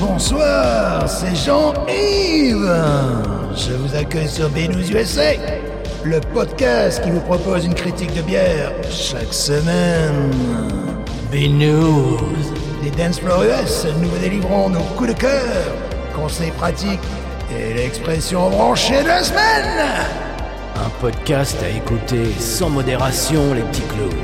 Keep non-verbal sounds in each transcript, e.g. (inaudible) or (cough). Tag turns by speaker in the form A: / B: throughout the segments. A: Bonsoir, c'est Jean-Yves. Je vous accueille sur Benous USA, le podcast qui vous propose une critique de bière chaque semaine. Benous. Des Dance Floor US, nous vous délivrons nos coups de cœur, conseils pratiques et l'expression branchée de la semaine.
B: Un podcast à écouter sans modération, les petits clous.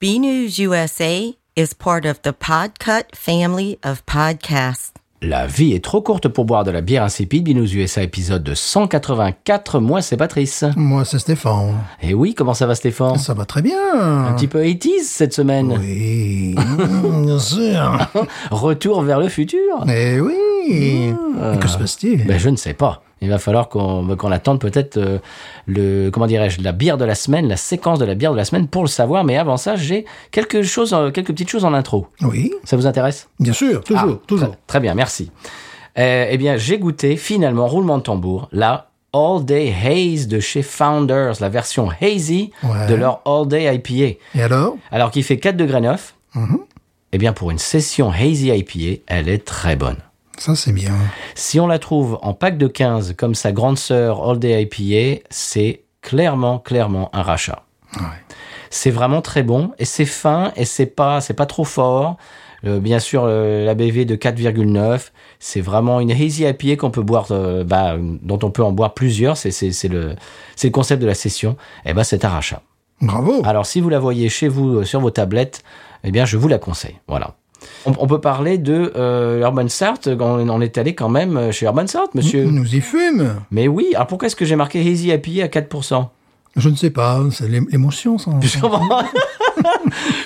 C: B News USA is part of the Podcut family of podcasts.
B: La vie est trop courte pour boire de la bière insipide. Binous USA épisode de 184. Moi, c'est Patrice.
A: Moi, c'est Stéphane.
B: Et oui, comment ça va, Stéphane
A: Ça va très bien.
B: Un petit peu 80 cette semaine.
A: Oui, mm, bien sûr.
B: Retour vers le futur.
A: Eh oui. Mais Que se passe-t-il
B: Ben, je ne sais pas. Il va falloir qu'on qu'on attende peut-être euh, le comment dirais-je la bière de la semaine, la séquence de la bière de la semaine pour le savoir. Mais avant ça, j'ai quelque chose, euh, quelques petites choses en intro.
A: Oui,
B: Ça vous intéresse
A: bien sûr, toujours,
B: Ah,
A: toujours.
B: Très, très bien, merci. Euh, eh bien, j'ai goûté finalement roulement de tambour la All Day Haze de chez Founders, la version hazy
A: Ouais.
B: de leur All Day IPA.
A: Et alors
B: Alors qu'il fait 4 degrés 9,
A: Mhm.
B: eh bien pour une session hazy IPA, elle est très bonne.
A: Ça, c'est bien.
B: Si on la trouve en pack de 15 comme sa grande sœur All Day IPA, c'est clairement, clairement un rachat. C'est vraiment très bon et c'est fin et c'est pas, c'est pas trop fort. Euh, bien sûr, euh, la BV de 4,9, c'est vraiment une hazy IPA qu'on peut boire, euh, bah, dont on peut en boire plusieurs. C'est, c'est, c'est le, c'est le concept de la session. Et ben, c'est un rachat.
A: Bravo.
B: Alors, si vous la voyez chez vous euh, sur vos tablettes, eh bien, je vous la conseille. Voilà. On, on peut parler de euh, Urban Sart. On, on est allé quand même euh, chez Urban Sart, monsieur.
A: Nous y fume.
B: Mais oui. Alors, pourquoi est-ce que j'ai marqué Hazy IPA à (laughs) 4%
A: Je ne sais pas, c'est l'é- l'émotion, ça.
B: (laughs)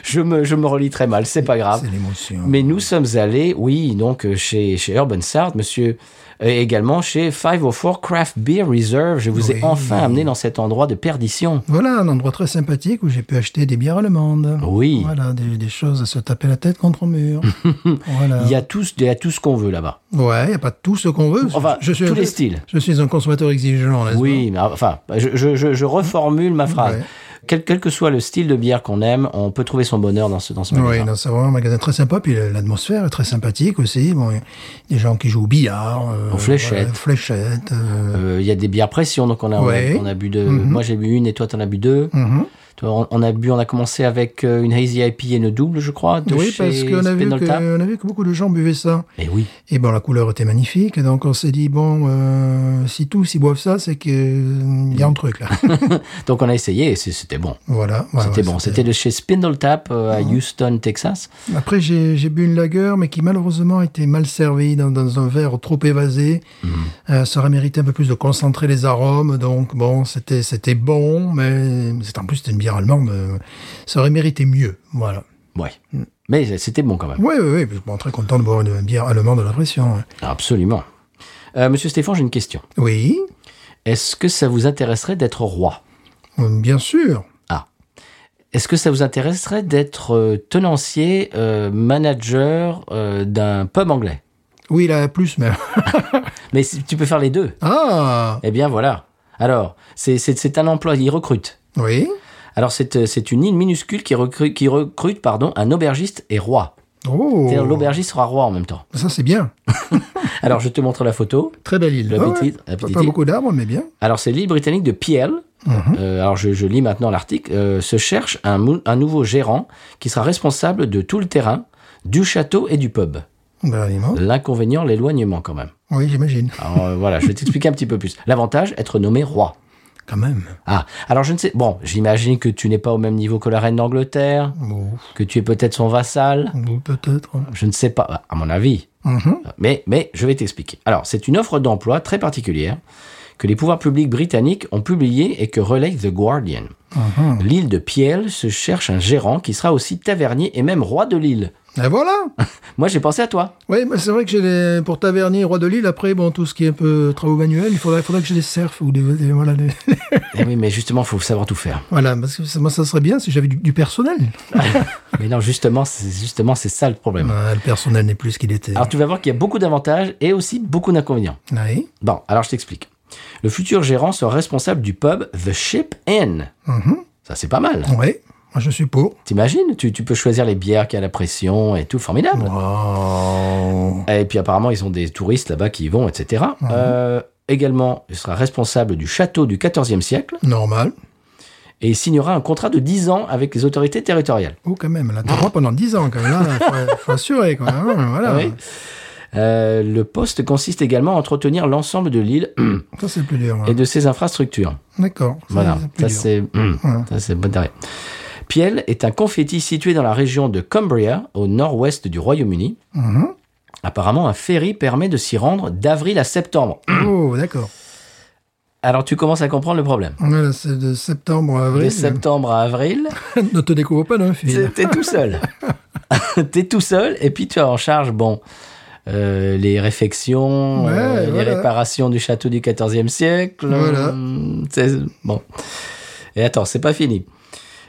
B: je me, je me relis très mal. C'est pas grave.
A: C'est l'émotion.
B: Mais nous sommes allés, oui, donc euh, chez, chez Urban Sart, monsieur, euh, et également chez 504 Craft Beer Reserve. Je vous ai
A: Oui.
B: enfin amené dans cet endroit de perdition.
A: Voilà un endroit très sympathique où j'ai pu acheter des bières allemandes.
B: Oui.
A: Voilà, des, des choses à se taper la tête contre un
B: (laughs)
A: mur. voilà.
B: Il y a tout, ce- il y a tout ce qu'on veut là-bas.
A: Ouais, il n'y a pas tout ce qu'on veut.
B: Enfin, tous les styles.
A: Je suis un consommateur exigeant, n'est-ce
B: Oui, mais ah, enfin, je, je- je- je reformule ma phrase.
A: Ouais.
B: Quel, quel que soit le style de bière qu'on aime, on peut trouver son bonheur dans ce, dans ce
A: pas
B: magasin.
A: Oui, non, c'est vraiment un magasin très sympa, puis le- l'atmosphère est très sympathique aussi. Bon, il y a des gens qui jouent au billard, euh,
B: Aux fléchettes.
A: voilà, fléchettes, euh,
B: Euh, Il y a des bières pression, donc on a, on a-
A: Ouais.
B: on a bu deux. Moi j'ai bu une et toi t'en as bu deux.
A: mhm.
B: Toi, on, on a bu, on a commencé avec euh, une hazy IP et une double, je crois. de
A: Oui,
B: chez
A: parce qu'on a, vu
B: Spindle Tap.
A: que- on a vu que beaucoup de gens buvaient ça.
B: Eh oui.
A: Et bon, la couleur était magnifique, donc on s'est dit, bon, euh, si tous ils boivent ça, c'est qu'il y a un truc
B: (laughs)
A: là.
B: Donc on a essayé et c'est- c'était bon.
A: voilà. ouais, ouais,
B: c'était bon. C'était de chez Spindle Tap euh, à Houston, Texas.
A: Après, j'ai j'ai bu une lagueur, mais qui malheureusement était mal servie dans, dans un verre trop évasé.
B: Mhm.
A: Euh, ça aurait mérité un peu plus de concentrer les arômes. Donc, bon, c'était c'était bon, mais c'est en plus, c'était une bière allemande. euh, ça aurait mérité mieux. Voilà.
B: Ouais.
A: Mm.
B: Mais c'était bon quand même.
A: Oui, oui, oui. Je suis très content de boire une bière allemande à la pression. hein.
B: Absolument. Euh, Monsieur Stéphane, j'ai une question.
A: Oui,
B: Est-ce que ça vous intéresserait d'être roi
A: euh, bien sûr.
B: Est-ce que ça vous intéresserait d'être euh, tenancier, euh, manager euh, d'un pub anglais
A: Oui, là, plus même.
B: Mais si- tu peux faire les deux.
A: (laughs) Ah,
B: Eh bien voilà. Alors, c'est- c'est c'est un emploi, ils recrutent.
A: oui.
B: Alors c'est euh, c'est une île minuscule qui recrute, qui recrute pardon, un aubergiste et roi.
A: Oh,
B: C'est-à-dire l'aubergiste sera roi en même temps.
A: ça c'est bien.
B: Alors je te montre la photo.
A: Très belle île.
B: La
A: Ah
B: petite-
A: ouais.
B: la petite
A: Pas
B: île.
A: beaucoup Mhm. d'arbres, mais bien.
B: Alors, c'est l'île britannique de Piel. Euh, alors, je, je lis maintenant l'article. Euh, se cherche un, mou- un nouveau gérant qui sera responsable de tout le terrain, du château et du pub.
A: Ben, dis-moi.
B: L'inconvénient, l'éloignement quand même.
A: Oui, j'imagine.
B: Alors, euh, voilà, je vais t'expliquer un petit peu plus. L'avantage, être nommé roi.
A: Quand même.
B: Ah, alors je ne sais. Bon, j'imagine que tu n'es pas au même niveau que la reine d'Angleterre,
A: Bon,
B: que tu es peut-être son vassal.
A: bon, peut-être.
B: Je ne sais pas, Bah, à mon avis.
A: Mhm.
B: Mais, mais je vais t'expliquer. Alors, c'est une offre d'emploi très particulière que les pouvoirs publics britanniques ont publié et que relaye The Guardian. L'île de Piel se cherche un gérant qui sera aussi tavernier et même roi de l'île.
A: Et voilà
B: Moi, j'ai pensé à toi.
A: Oui, mais c'est vrai que j'ai les... pour Tavernier, Roi de Lille, après, bon, tout ce qui est un peu travaux manuels, il faudrait, faudrait que je les serve ou des, des- voilà, des- (laughs)
B: Eh oui, mais justement, faut savoir tout faire.
A: voilà, parce que ça- moi, ça serait bien si j'avais du, du personnel.
B: Mais non, justement, c'est justement c'est ça le problème.
A: Ah, le personnel n'est plus ce qu'il était.
B: Alors, tu vas voir qu'il y a beaucoup d'avantages et aussi beaucoup d'inconvénients.
A: Oui.
B: Bon, alors je t'explique. Le futur gérant sera responsable du pub The Ship Inn. Ça, c'est pas mal.
A: Ouais. Mhm. Moi, je suis pour.
B: T'imagines tu, tu peux choisir les bières qui a la pression et tout, formidable.
A: Wow.
B: Et puis apparemment, ils ont des touristes là-bas qui y vont, etc.
A: Mhm.
B: Euh, également, il sera responsable du château du XIVe siècle
A: Normal.
B: et il signera un contrat de 10 ans avec les autorités territoriales.
A: Oh, quand même, là, t'as le droit pendant 10 ans, quand même. Là, là, faut, faut assurer, quoi. hein, voilà.
B: Oui. Euh, le poste consiste également à entretenir l'ensemble de l'île (clears throat)
A: Ça, c'est plus dur. ouais.
B: et de ses infrastructures.
A: D'accord. Ça,
B: Voilà,
A: c'est plus
B: ça
A: dur.
B: c'est hum,
A: Ouais.
B: ça, c'est bon derrière. Piel est un confetti situé dans la région de Cumbria, au nord-ouest du Royaume-Uni.
A: Mhm.
B: Apparemment, un ferry permet de s'y rendre d'avril à septembre. (clears throat)
A: Oh, d'accord.
B: Alors tu commences à comprendre le problème.
A: Voilà, c'est de septembre à
B: De
A: avril.
B: septembre à avril,
A: (laughs) ne te découvre pas hein, d'un
B: t'es
A: fil.
B: (laughs) t'es tout seul. t'es tout seul et puis tu as en charge, bon, euh, les réfections,
A: Ouais,
B: euh, les
A: voilà.
B: réparations du château du XIVe siècle.
A: Voilà.
B: Hum, c'est- Bon. Et attends, c'est pas fini.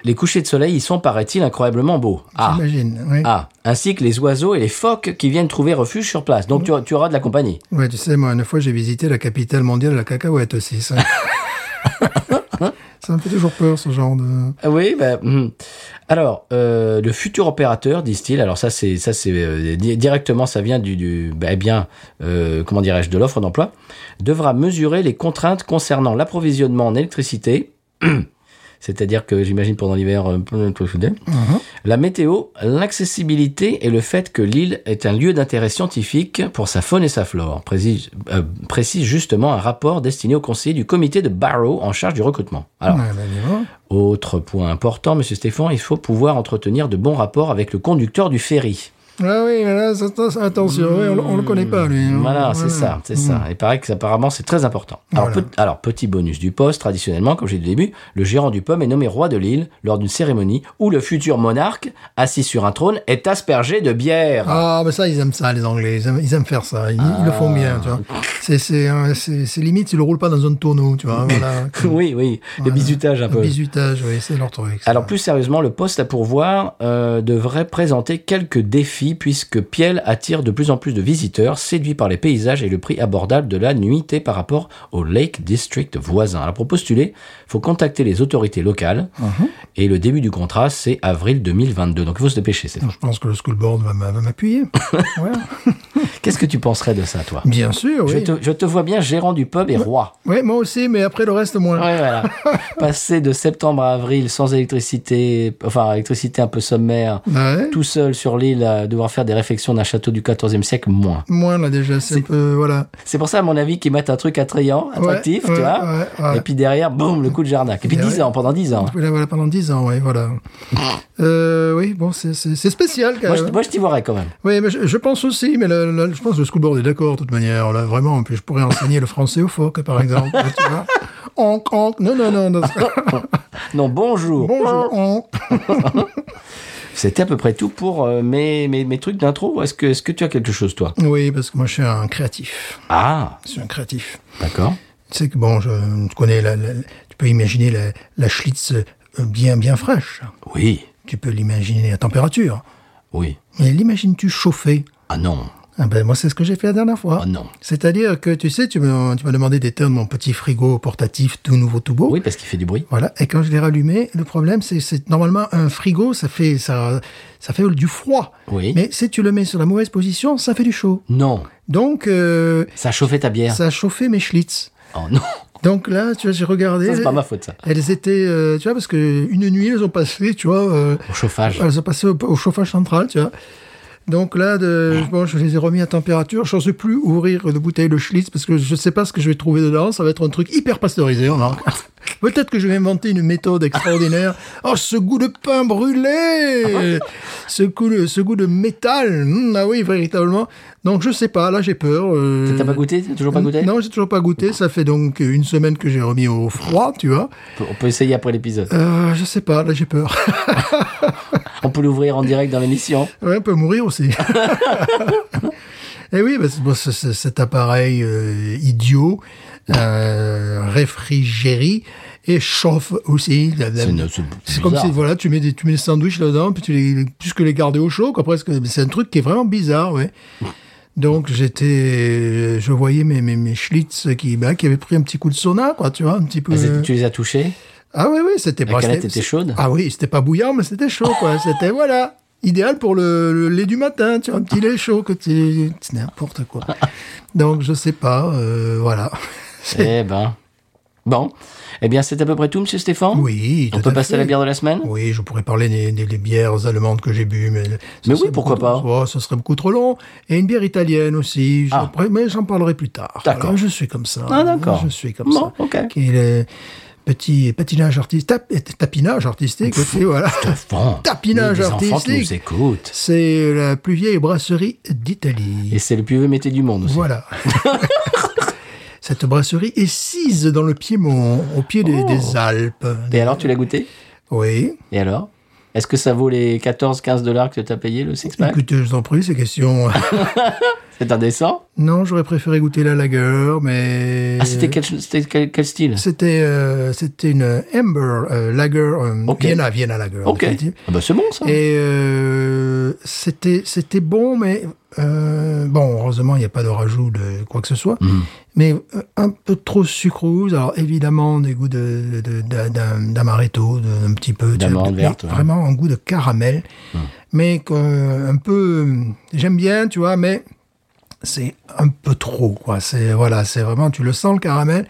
B: Les couchers de soleil, ils sont, paraît-il, incroyablement beaux. Ah,
A: J'imagine. Oui.
B: ah, ainsi que les oiseaux et les phoques qui viennent trouver refuge sur place. Donc tu, tu auras de la compagnie.
A: Ouais, tu sais, moi, une fois, j'ai visité la capitale mondiale de la cacahuète aussi,
B: (laughs)
A: ça. ça me fait toujours peur, ce genre de...
B: Ah Oui, bah, hmm. alors euh, le futur opérateur, disent-ils. Alors ça, c'est ça, c'est euh, di- directement, ça vient du, du bah, eh bien, euh, comment dirais-je, de l'offre d'emploi, devra mesurer les contraintes concernant l'approvisionnement en électricité. (clears throat) C'est-à-dire que j'imagine pendant l'hiver, euh, plein de trucs soudains.
A: Uh-huh.
B: la météo, l'accessibilité et le fait que l'île est un lieu d'intérêt scientifique pour sa faune et sa flore, précise, euh, précise justement un rapport destiné au conseiller du comité de Barrow en charge du recrutement. Alors,
A: Ouais, bah, dis donc.
B: autre point important, monsieur Stéphane, il faut pouvoir entretenir de bons rapports avec le conducteur du ferry.
A: Ah oui, mais là, ça- ça- attention, ouais, on, le- on le connaît pas, lui. hein. Mm.
B: Voilà, c'est ça, c'est ça. Il paraît que apparemment c'est très important. Alors,
A: Voilà.
B: pe- alors, petit bonus du poste, traditionnellement, comme j'ai dit au début, le gérant du pomme est nommé roi de l'île lors d'une cérémonie où le futur monarque, assis sur un trône, est aspergé de bière. Ah.
A: Ah, mais ça, ils aiment ça, les Anglais. Ils aiment, ils aiment faire ça. Ils, Ah, ils le font bien, tu vois. C'est, c'est, hein, c'est, c'est limite, ils le roulent pas dans un tonneau, tu vois.
B: (laughs)
A: Voilà.
B: (laughs) oui, oui, le bizutage un
A: Le
B: peu.
A: bisutage, oui, c'est leur truc. ça.
B: Alors plus sérieusement, le poste à pourvoir euh, devrait présenter quelques défis puisque Piel attire de plus en plus de visiteurs séduits par les paysages et le prix abordable de la nuitée par rapport au Lake District voisin. Alors pour postuler, faut contacter les autorités locales et le début du contrat c'est avril 2022. Donc il faut se dépêcher. c'est
A: Je pense que le school board va m'a- va
B: (laughs)
A: m'appuyer. Ouais.
B: Qu'est-ce que tu penserais de ça, toi
A: Bien sûr,
B: je
A: oui.
B: te, je te vois bien gérant du pub et roi.
A: Ouais, moi aussi, mais après le reste, moins.
B: Ouais, voilà. (laughs) Passer de septembre à avril sans électricité, enfin électricité un peu sommaire,
A: Ouais.
B: tout seul sur l'île à devoir faire des réflexions d'un château du XIVe siècle, moins.
A: Moins, là, déjà, c'est un peu, voilà.
B: C'est pour ça, à mon avis, qu'ils mettent un truc attrayant, attractif,
A: ouais,
B: tu vois.
A: ouais, ouais.
B: Et puis derrière, boum, le coup de jarnac. Et puis
A: Et
B: 10
A: ouais.
B: ans, pendant 10 ans.
A: Voilà, voilà, pendant 10 ans, oui,
B: (laughs)
A: voilà. Euh, oui, bon, c'est- c'est c'est spécial quand
B: Moi, je,
A: même.
B: moi, je t'y verrais quand même.
A: Oui, mais je, je pense aussi, mais le- le- je pense que le school board est d'accord, de toute manière, là, vraiment. Puis je pourrais enseigner le français aux phoques, par exemple. là, tu
B: (laughs)
A: vois. Onk, onk. Non, non, non. non.
B: Non, bonjour.
A: Bonjour, onk.
B: C'était à peu près tout pour euh, mes, mes, mes trucs d'intro. Est-ce que, est-ce que tu as quelque chose, toi
A: Oui, parce que moi, je suis un créatif.
B: Ah,
A: Je suis un créatif.
B: d'accord.
A: Tu sais que, bon, je, tu connais, la, la- tu peux imaginer la, la schlitz euh, bien, bien fraîche.
B: Oui,
A: Tu peux l'imaginer à température.
B: oui.
A: Mais l'imagines-tu chauffée
B: Ah non,
A: Ah ben, moi, c'est ce que j'ai fait la dernière fois.
B: ah non.
A: C'est-à-dire que, tu sais, tu m'as tu m'as demandé d'éteindre mon petit frigo portatif tout nouveau, tout beau.
B: Oui, parce qu'il fait du bruit.
A: Voilà. Et quand je l'ai rallumé, le problème, c'est c'est normalement un frigo, ça fait ça, ça fait du froid.
B: Oui.
A: Mais si tu le mets sur la mauvaise position, ça fait du chaud.
B: Non,
A: Donc euh,
B: ça chauffait ta bière.
A: ça a chauffé mes Schlitz.
B: Oh non,
A: Donc là, tu vois, j'ai regardé.
B: ça c'est pas ma faute, ça.
A: Elles étaient, euh, tu vois, parce que une nuit, elles ont passé, tu vois, euh,
B: Au chauffage.
A: elles ont passé au, au chauffage central, tu vois. Donc là, de, bon, je les ai remis à température. Je sais plus
B: (laughs)
A: ouvrir de bouteille de Schlitz parce que je sais pas ce que je vais trouver dedans. Ça va être un truc hyper pasteurisé, on Peut-être que je vais inventer une méthode extraordinaire. Oh, ce goût de pain
B: (laughs)
A: brûlé ce, goût de, ce goût de métal Mm, Ah oui, véritablement. Donc, je sais pas, là, j'ai peur. euh,
B: T'as pas goûté T'as toujours pas goûté
A: Non, j'ai toujours pas goûté. Ça fait donc une semaine que j'ai remis au froid, tu vois.
B: On peut- On peut essayer après l'épisode.
A: Euh, je sais pas, là, j'ai peur. (laughs)
B: On peut l'ouvrir en direct dans l'émission.
A: Ouais, on peut mourir aussi. (laughs) Et oui, bah, c'est- bon, c'est- c'est- cet appareil euh, idiot euh, réfrigérie et chauffe aussi. La- la-
B: C'est une-
A: C'est comme
B: bizarre.
A: si voilà, tu mets des, tu mets des sandwichs là-dedans, puis tu les, plus que les garder au chaud, quoi, presque. Mais C'est un truc qui est vraiment bizarre, ouais. Donc j'étais, je voyais mes mes, mes Schlitz qui bah, qui avaient pris un petit coup de sauna, quoi, tu vois, un petit peu. euh,
B: Elles étaient- Tu les as
A: (laughs)
B: touchés
A: Ah oui, oui, c'était
B: La
A: bah,
B: canette
A: c'était-
B: était chaude
A: Ah oui, c'était pas bouillant, mais c'était chaud,
B: (laughs)
A: quoi. c'était, voilà, idéal pour le, le lait du matin, tu vois, un petit lait chaud, que tu... C'est n'importe
B: (laughs)
A: quoi. Donc, je sais pas, euh, voilà. C'est-
B: Eh ben. Bon. Eh bien, c'est à peu près tout, monsieur Stéphane
A: Oui,
B: On
A: tout
B: peut
A: à
B: passer
A: fait.
B: à la bière de la semaine
A: Oui, je pourrais parler des, des- des bières allemandes que j'ai bu, mais...
B: Mais oui, pourquoi pas
A: Ce serait beaucoup trop long. Et une bière italienne aussi, j'en
B: Ah.
A: pr- mais j'en parlerai plus tard.
B: D'accord.
A: Voilà, je suis comme ça.
B: Ah, d'accord.
A: Je suis comme
B: Bon,
A: ça.
B: ok.
A: Qui est le petit patinage artistique, tapinage artistique aussi, voilà.
B: Bon.
A: Tapinage
B: Les enfants qui nous
A: artistique.
B: écoutent.
A: C'est la plus vieille brasserie d'Italie.
B: Et c'est le plus vieux métier du monde aussi. (laughs)
A: Voilà. Cette brasserie est sise dans le Piémont, au pied des,
B: Oh.
A: des Alpes.
B: Et alors, tu l'as goûté
A: Oui.
B: Et alors Est-ce que ça vaut les 14-15 dollars que tu as payé le six-pack
A: Écoutez, je vous en prie, ces questions.
B: (laughs) C'est indécent
A: non, j'aurais préféré goûter la lager, mais.
B: Ah, c'était quel, c'était quel- quel style
A: C'était euh, c'était une Amber euh, Lager, euh,
B: Ok.
A: Vienna, Vienna Lager. en
B: Ok.
A: définitive.
B: Ah bah, c'est bon, ça.
A: Et euh, c'était c'était bon, mais euh, bon, heureusement, il n'y a pas de rajout de quoi que ce soit.
B: Mm.
A: Mais euh, un peu trop sucrose. Alors évidemment, des goûts de de- de- d'un- d'amaretto, de- d'un petit peu. tu vois,
B: D'amande
A: mais
B: verte, ouais. Mm.
A: Vraiment un goût de caramel, mais que, euh, un peu. euh, J'aime bien, tu vois, mais c'est un peu trop. Quoi. C'est voilà, c'est vraiment, tu le sens le caramel.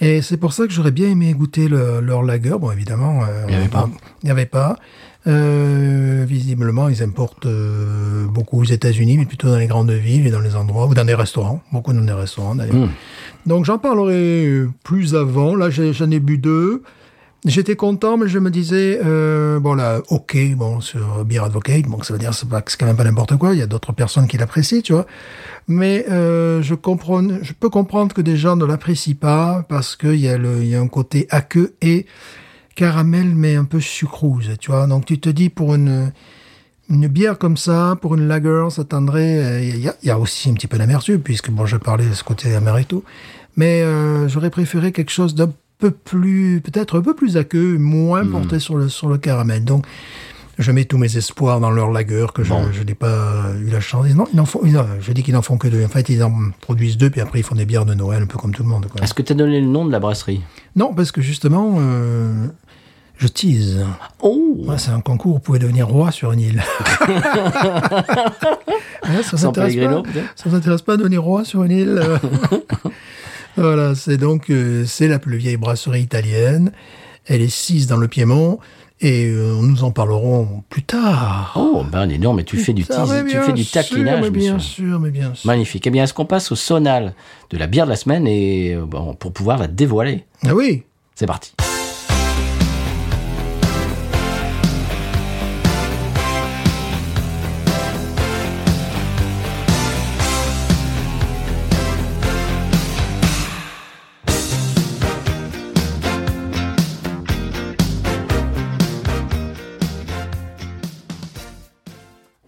A: Et c'est pour ça que j'aurais bien aimé goûter le- leur lager. Bon, évidemment, euh,
B: Il y avait pas.
A: il n'y avait pas. Euh, visiblement, ils importent euh, beaucoup aux États-Unis, mais plutôt dans les grandes villes et dans les endroits ou dans des restaurants. Beaucoup dans des restaurants d'ailleurs.
B: Hmm.
A: Donc j'en parlerai euh, plus avant. Là, j'ai- j'en ai bu deux. J'étais content, mais je me disais, euh, bon là, ok, bon, sur Beer Advocate, bon, ça veut dire, c'est pas- c'est quand même pas n'importe quoi, il y a d'autres personnes qui l'apprécient, tu vois. Mais euh, je comprends, je peux comprendre que des gens ne l'apprécient pas, parce qu'il y, a le- il y a un côté aqueux et caramel, mais un peu sucrose, tu vois. Donc tu te dis, pour une, une bière comme ça, pour une lager, ça tendrait, euh, il y, a- il y a aussi un petit peu d'amertume, puisque bon, je parlais de ce côté amaretto, mais euh, j'aurais préféré quelque chose d'un peu plus, peut-être un peu plus aqueux, moins porté sur le, sur le caramel. Donc, je mets tous mes espoirs dans leur lager, que je, je n'ai pas euh, eu la chance. Ils, n'en- ils n'en font, ils n'en- je dis qu'ils n'en font que deux. En fait, ils en produisent deux, puis après, ils font des bières de Noël, un peu comme tout le monde. quoi.
B: Est-ce que tu as donné le nom de la brasserie
A: Non, parce que justement, euh, je tease.
B: Oh
A: Voilà, c'est un concours, vous pouvez devenir roi sur une
B: (laughs)
A: île. Hein, ça
B: Sans
A: s'intéresse
B: Pellegrino,
A: pas,
B: peut-être
A: ça vous intéresse pas de devenir roi sur une
B: (laughs)
A: île euh. Voilà, c'est donc euh, c'est la plus vieille brasserie italienne. Elle est sise dans le Piémont et euh, nous en parlerons plus tard.
B: Oh, ben dis donc, mais tu fais du
A: Ça,
B: tease,
A: mais
B: tu
A: bien
B: fais du
A: sûr,
B: taquinage,
A: mais bien
B: monsieur.
A: sûr, mais bien sûr.
B: Magnifique. Eh bien, est-ce qu'on passe au sonal de la bière de la semaine et euh, bon, pour pouvoir la dévoiler
A: Ah oui,
B: C'est parti.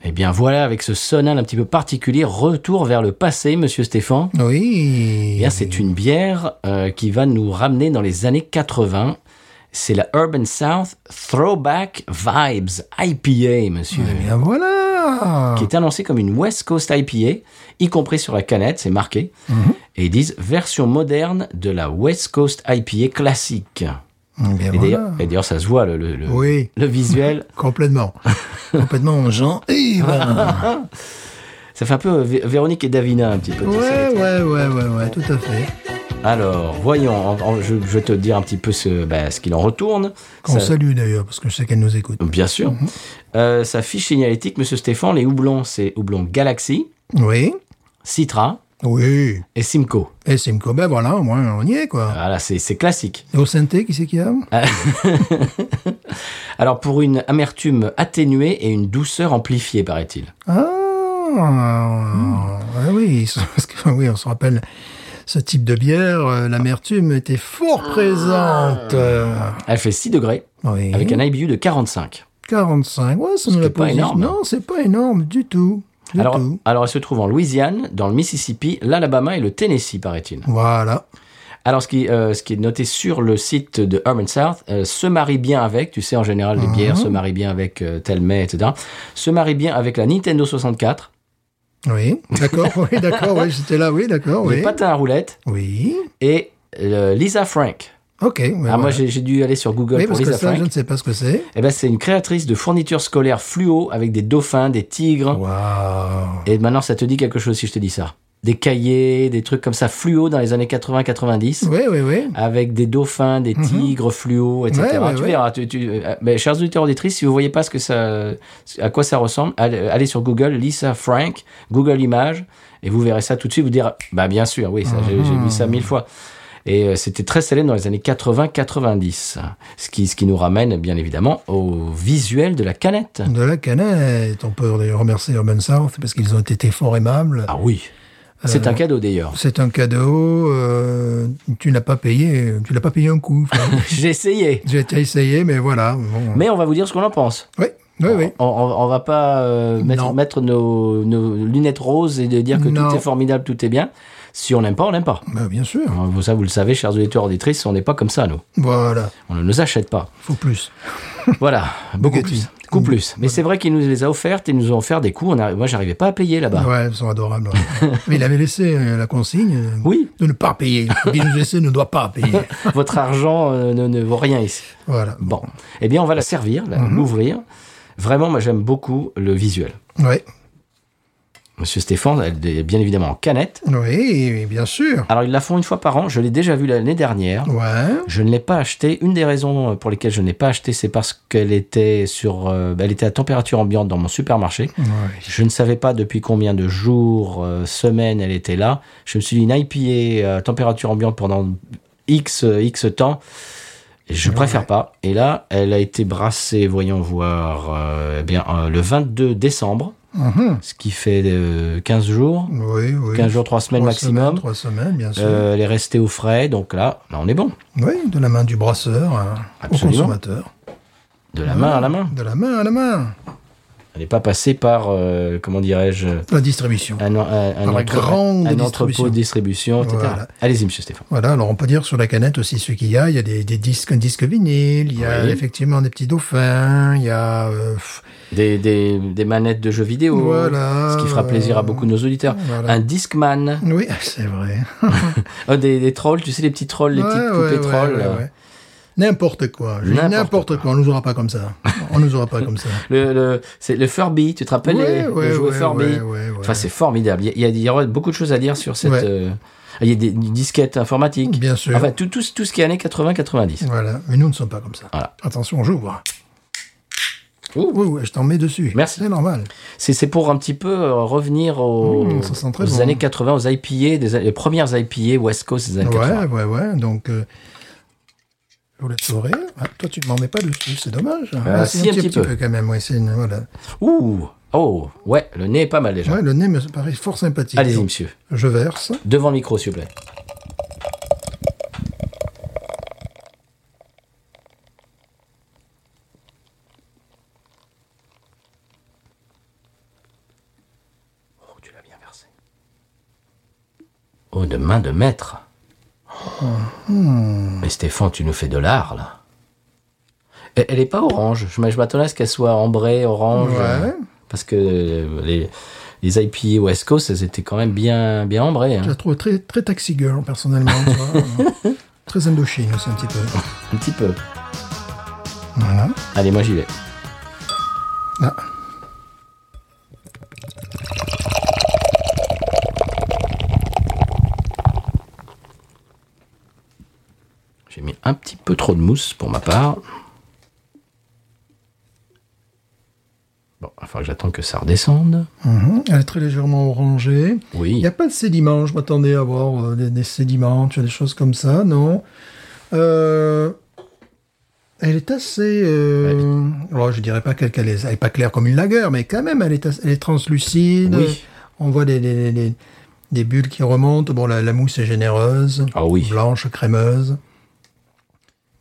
B: Eh bien voilà, avec ce sonal un petit peu particulier, retour vers le passé, monsieur Stéphane.
A: oui.
B: Eh bien, c'est une bière euh, qui va nous ramener dans les années 80. C'est la Urban South Throwback Vibes IPA, monsieur.
A: Eh bien voilà.
B: Qui est annoncée comme une West Coast IPA, y compris sur la canette, c'est marqué.
A: Mm-hmm.
B: Et ils disent version moderne de la West Coast IPA classique.
A: Eh bien
B: Et
A: voilà.
B: d'ailleurs- et d'ailleurs, ça se voit, le, le- le-
A: Oui. (laughs)
B: le visuel.
A: Complètement. Complètement
B: (laughs)
A: Jean-Yves.
B: Ça fait un peu euh, Vé- Véronique et Davina, un petit peu. tu sais,
A: Ouais, ouais, ouais, ouais, ouais, tout à fait.
B: Alors, voyons, en- en- je, je vais te dire un petit peu ce, bah, ce qu'il en retourne.
A: Qu'on
B: Ça-
A: salue d'ailleurs, parce que je sais qu'elle nous écoute.
B: Bien sûr.
A: Mhm.
B: Euh, sa fiche signalétique, Monsieur Stéphane, les houblons, c'est houblon Galaxy,
A: Oui,
B: Citra,
A: Oui.
B: et Simcoe.
A: Et Simcoe, ben voilà, moi, on y est, quoi.
B: Voilà, c'est c'est classique.
A: Et Au Santé, qui c'est qu'il y a
B: Ah. Alors pour une amertume atténuée et une douceur amplifiée, paraît-il.
A: Ah, ah oui, (laughs) parce que, oui, on se rappelle, ce type de bière, euh, l'amertume était
B: Ah.
A: fort présente. euh,
B: Elle fait 6 degrés
A: oui.
B: avec un IBU de 45.
A: 45, ouais, ça nous
B: qui
A: l'a
B: est pas
A: posé-
B: énorme.
A: Non, c'est pas énorme du tout. Du
B: Alors,
A: tout.
B: alors elle se trouve en Louisiane, dans le Mississippi, l'Alabama et le Tennessee, paraît-il.
A: Voilà.
B: Alors ce qui, euh, ce qui est noté sur le site de Urban South, euh, se marie bien avec, tu sais en général les bières
A: Mhm.
B: se marient bien avec euh, tel mets, etc. Se marie bien avec la Nintendo 64,
A: Oui, d'accord, (laughs) oui, d'accord, oui, j'étais là, oui, d'accord,
B: les
A: oui.
B: patins à roulettes
A: Oui,
B: et euh, Lisa Frank.
A: ok. oui,
B: Ah, Moi
A: voilà.
B: j'ai j'ai dû aller sur Google
A: Oui,
B: pour
A: parce que
B: Lisa
A: ça,
B: Frank.
A: je ne sais pas ce que c'est.
B: Eh ben, c'est une créatrice de fournitures scolaires fluo avec des dauphins, des tigres.
A: Waouh.
B: Et maintenant, ça te dit quelque chose si je te dis ça. Des cahiers, des trucs comme ça fluo dans les années 80-90.
A: Oui, oui, oui.
B: Avec des dauphins, des tigres fluo, etc.
A: Mhm. Ouais, ouais,
B: tu
A: ouais.
B: verras. Tu, tu- euh, mais chers auditeurs auditrices, si vous voyez pas ce que ça, à quoi ça ressemble, allez, euh, allez sur Google, Lisa Frank, Google Images, et vous verrez ça tout de suite. Vous direz, bah bien sûr, oui, ça, j'ai- j'ai vu ça
A: Ah.
B: mille fois. Et euh, c'était très célèbre dans les années 80-90. Ce qui, ce qui nous ramène, bien évidemment, au visuel de la canette.
A: De la canette. On peut d'ailleurs remercier Urban South parce qu'ils ont été fort aimables.
B: Ah oui. C'est
A: Euh.
B: un cadeau d'ailleurs. (laughs)
A: C'est un cadeau. euh, tu n'as pas payé. Tu l'as pas payé un coup. Fred.
B: (laughs) J'ai essayé.
A: J'ai été essayé, mais voilà. bon.
B: Mais on va vous dire ce qu'on en pense.
A: Oui, oui, oui.
B: On, on- on va pas euh, mettre,
A: Non.
B: mettre nos, nos lunettes roses et de dire que
A: Non.
B: tout est formidable, tout est bien. Si on n'aime pas, on n'aime pas.
A: Bah, bien sûr.
B: Alors, vous- Ça, vous le savez, chers auditeurs auditrices, on n'est pas comme ça, nous.
A: Voilà.
B: On ne nous achète
A: (laughs)
B: pas.
A: Faut plus.
B: Voilà, beaucoup
A: Bugatti.
B: plus. Beaucoup plus. Mais c'est vrai qu'ils nous les a offertes et nous ont offert des coûts. On a- Moi, j'arrivais pas à payer là-bas.
A: Ouais, ils sont adorables. ouais.
B: (laughs)
A: mais il avait laissé euh, la consigne euh,
B: Oui.
A: de ne pas
B: (laughs)
A: payer. BNGC ne doit pas payer.
B: Votre argent euh, ne, ne vaut rien ici.
A: Voilà.
B: Bon, eh bien, on va la servir, la-
A: Mmh.
B: l'ouvrir. Vraiment, moi, j'aime beaucoup le visuel.
A: Ouais.
B: Monsieur Stéphane, elle est bien évidemment en canette.
A: Oui, oui, bien sûr.
B: Alors, ils la font une fois par an. Je l'ai déjà vue l'année dernière.
A: Ouais.
B: Je ne l'ai pas achetée. Une des raisons euh, pour lesquelles je ne l'ai pas achetée, c'est parce qu'elle était sur, euh, elle était à température ambiante dans mon supermarché.
A: Ouais.
B: Je ne savais pas depuis combien de jours, euh, semaines elle était là. Je me suis dit une IPA à euh, température ambiante pendant X, euh, X temps. Je
A: Ah
B: préfère pas. Et là, elle a été brassée, voyons voir, euh, eh bien, euh, le 22 décembre,
A: Mhm.
B: ce qui fait euh, 15 jours,
A: Oui, oui.
B: 15 jours, 3 semaines
A: Trois
B: maximum.
A: semaines, Trois semaines, bien sûr.
B: Euh, elle est restée au frais, donc là, là, on est bon.
A: Oui, de la main du brasseur hein, au
B: Absolument.
A: consommateur.
B: De la main à la main.
A: De la main à la main.
B: Elle n'est pas passée par, euh, comment dirais-je,
A: La distribution.
B: un, en- un- un
A: Par la
B: entre-
A: grande
B: un entrepôt de distribution, etc.
A: Voilà.
B: Allez-y, monsieur Stéphane.
A: Voilà, alors on peut dire sur la canette aussi ce qu'il y a. Il y a des, des disques, un disque vinyle, il y a
B: Oui.
A: effectivement des petits dauphins, il y a... euh, pff,
B: Des, des, des manettes de jeux vidéo,
A: Voilà.
B: Oh,
A: euh,
B: ce qui fera plaisir à beaucoup de nos auditeurs.
A: Voilà.
B: Un Discman,
A: Oui, (laughs) c'est vrai.
B: Euh, des, des trolls, tu sais, les petits trolls, les
A: Ouais,
B: petites
A: ouais,
B: poupées
A: ouais,
B: trolls.
A: ouais, ouais. N'importe quoi. je dis
B: N'importe
A: N'importe quoi. On nous aura pas comme ça. On nous aura pas comme
B: (laughs)
A: ça.
B: Le, le, c'est le Furby, tu te rappelles
A: Ouais,
B: les,
A: ouais,
B: les jouets
A: ouais,
B: Furby
A: ouais, ouais, ouais.
B: Enfin, c'est formidable. Il y a- il y, a, il y aura beaucoup de choses à dire sur cette.
A: Ouais.
B: euh, il y a des disquettes informatiques.
A: Bien sûr.
B: Enfin, tout, tout, tout ce qui est années 80-90.
A: Voilà. Mais nous ne sommes pas comme ça.
B: Voilà.
A: Attention, j'ouvre.
B: Ouh.
A: Oui, oui, je t'en mets dessus.
B: Merci.
A: C'est normal.
B: C'est c'est pour un petit peu euh, revenir aux,
A: Mmh, ça sent très
B: aux
A: bon.
B: années 80, aux IPA, des, les premières IPA West Coast des années
A: Ouais,
B: 80.
A: ouais, ouais. Donc, euh, je vous la saurai. Ah, toi, tu ne m'en mets pas dessus. C'est dommage. Ah,
B: Euh, si, un petit peu.
A: quand même. Ouais, c'est une- voilà.
B: Ouh, oh, ouais, le nez est pas mal déjà.
A: Ouais, le nez me paraît fort sympathique.
B: Allez-y,
A: Donc,
B: monsieur.
A: Je verse.
B: Devant le micro, s'il vous plaît. Oh, tu l'as bien versé. Oh, de main de maître. Mais Stéphane, tu nous fais de l'art, là. Elle- Elle est pas orange. Je m'a- je m'attendais à ce qu'elle soit ambrée, orange.
A: Ouais.
B: euh, Parce que euh, les, les IPA West Coast, elles étaient quand même bien, bien ambrées. hein.
A: Je la trouve très, très taxi girl, personnellement. tu vois.
B: (laughs)
A: Euh, très Indochine aussi, un petit peu.
B: Un petit peu.
A: Voilà.
B: Allez, moi j'y vais.
A: Ah.
B: J'ai mis un petit peu trop de mousse pour ma part. Bon, falloir que j'attende que ça redescende.
A: Mhm. Elle est très légèrement orangée. Il
B: Oui.
A: n'y a pas de sédiments. Je m'attendais à voir euh, des, des sédiments, tu vois, des choses comme ça. Non. Euh, elle est assez. euh, alors, je dirais pas qu'elle qu'elle est, elle est pas claire comme une lagueur, mais quand même, elle est, assez- elle est translucide.
B: Oui.
A: On voit des, des- des- des- des bulles qui remontent. Bon, la, la mousse est généreuse.
B: Ah oui.
A: Blanche, crémeuse.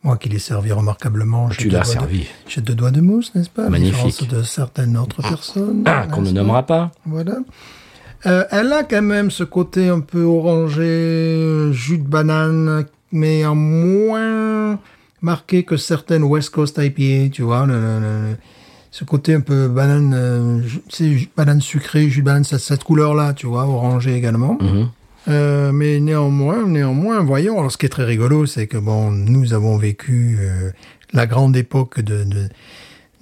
A: Moi qui l'ai servi remarquablement. j'ai
B: Ah, Tu
A: deux
B: l'as
A: doigts de-
B: servi.
A: J'ai deux doigts de mousse, n'est-ce pas À la
B: Magnifique.
A: différence de certaines autres personnes.
B: Ah, qu'on ne
A: n'est-ce pas
B: nommera pas.
A: voilà. Euh, elle a quand même ce côté un peu orangé, euh, jus de banane, mais en moins marqué que certaines West Coast IPA, tu vois. le- le- le- ce côté un peu banane, euh, ju- tu sais, ju- banane sucrée, jus de banane, cette, cette couleur-là, tu vois, orangé également.
B: Mhm.
A: Euh, mais néanmoins, néanmoins, voyons. Alors, ce qui est très rigolo, c'est que bon, nous avons vécu euh, la grande époque de, de-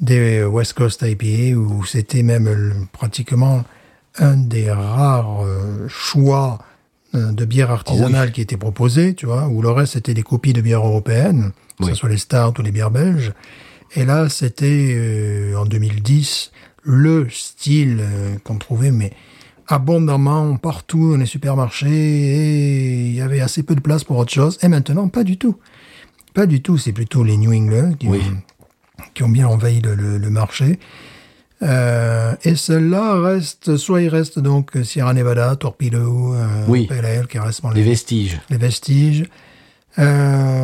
A: des West Coast IPA où c'était même le- pratiquement un des rares euh, choix euh, de bière artisanale qui était proposé, tu vois, où le reste c'était des copies de bières européennes, que ce
B: Oui.
A: soit les Start ou les bières belges. Et là, c'était euh, en 2010 le style euh, qu'on trouvait, mais abondamment partout dans les supermarchés et il y avait assez peu de place pour autre chose. Et maintenant, pas du tout. Pas du tout. C'est plutôt les New England qui,
B: Oui.
A: ont, qui ont bien envahi le, le- le marché. Euh, et celles-là restent, soit il reste donc Sierra Nevada, Torpedo, euh,
B: Oui.
A: Pale Ale, qui restent dans
B: Les
A: les,
B: vestiges.
A: les vestiges.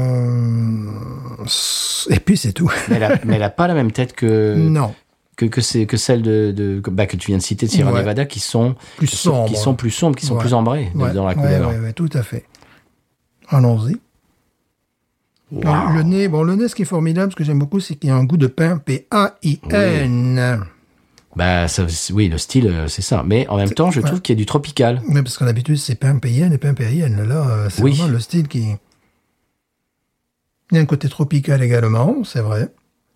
A: Euh, s- et puis c'est tout.
B: Mais elle a- mais elle n'a pas la même tête que,
A: non.
B: que, que, c'est- que celle de, de- que- bah, que tu viens de citer de Sierra
A: Ouais.
B: Nevada qui sont
A: Plus
B: qui sont-
A: sombre.
B: qui sont plus sombres, qui sont
A: Ouais.
B: plus ambrées de-
A: Ouais,
B: dans la
A: ouais,
B: couleur.
A: ouais, ouais, tout à fait. Allons-y. Alors, Le nez, bon, le nez, ce qui est formidable, ce que j'aime beaucoup, c'est qu'il y a un goût de pain, P-A-I-N.
B: Bah, ça, c'est- oui, le style, euh, c'est ça. Mais en même temps, je trouve qu'il y a du tropical.
A: Oui, parce qu'en habitude, c'est pain P-I-N et pain P-I-N. Là, euh, c'est
B: Oui.
A: vraiment le style qui. Il y a un côté tropical également, c'est vrai.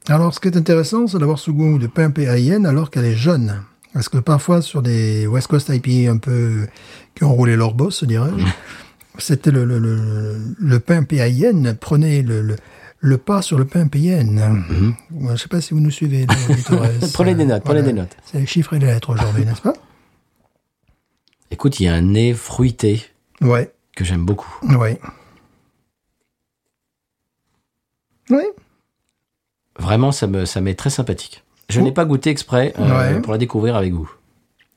A: Alors, ce qui est intéressant, c'est d'avoir ce goût de pain P-I-N alors qu'elle est jeune. Parce que parfois, sur des West Coast IPA un peu. qui ont roulé leur boss,
B: (laughs)
A: dirais-je. c'était le, le, le, le pain PAIN prenait le, le, le pas sur le pain PAIN. Ouais, Je ne sais pas si vous nous
B: (laughs)
A: suivez. là, auditeurs.
B: Euh, Prenez des notes, prenez
A: Voilà.
B: des notes.
A: C'est les chiffres et les lettres aujourd'hui, n'est-ce pas
B: Écoute, il y a un nez fruité
A: Ouais,
B: que j'aime beaucoup.
A: ouais. Oui,
B: Vraiment, ça me, ça m'est très sympathique. Je n'ai pas goûté exprès euh,
A: Ouais.
B: pour la découvrir avec vous.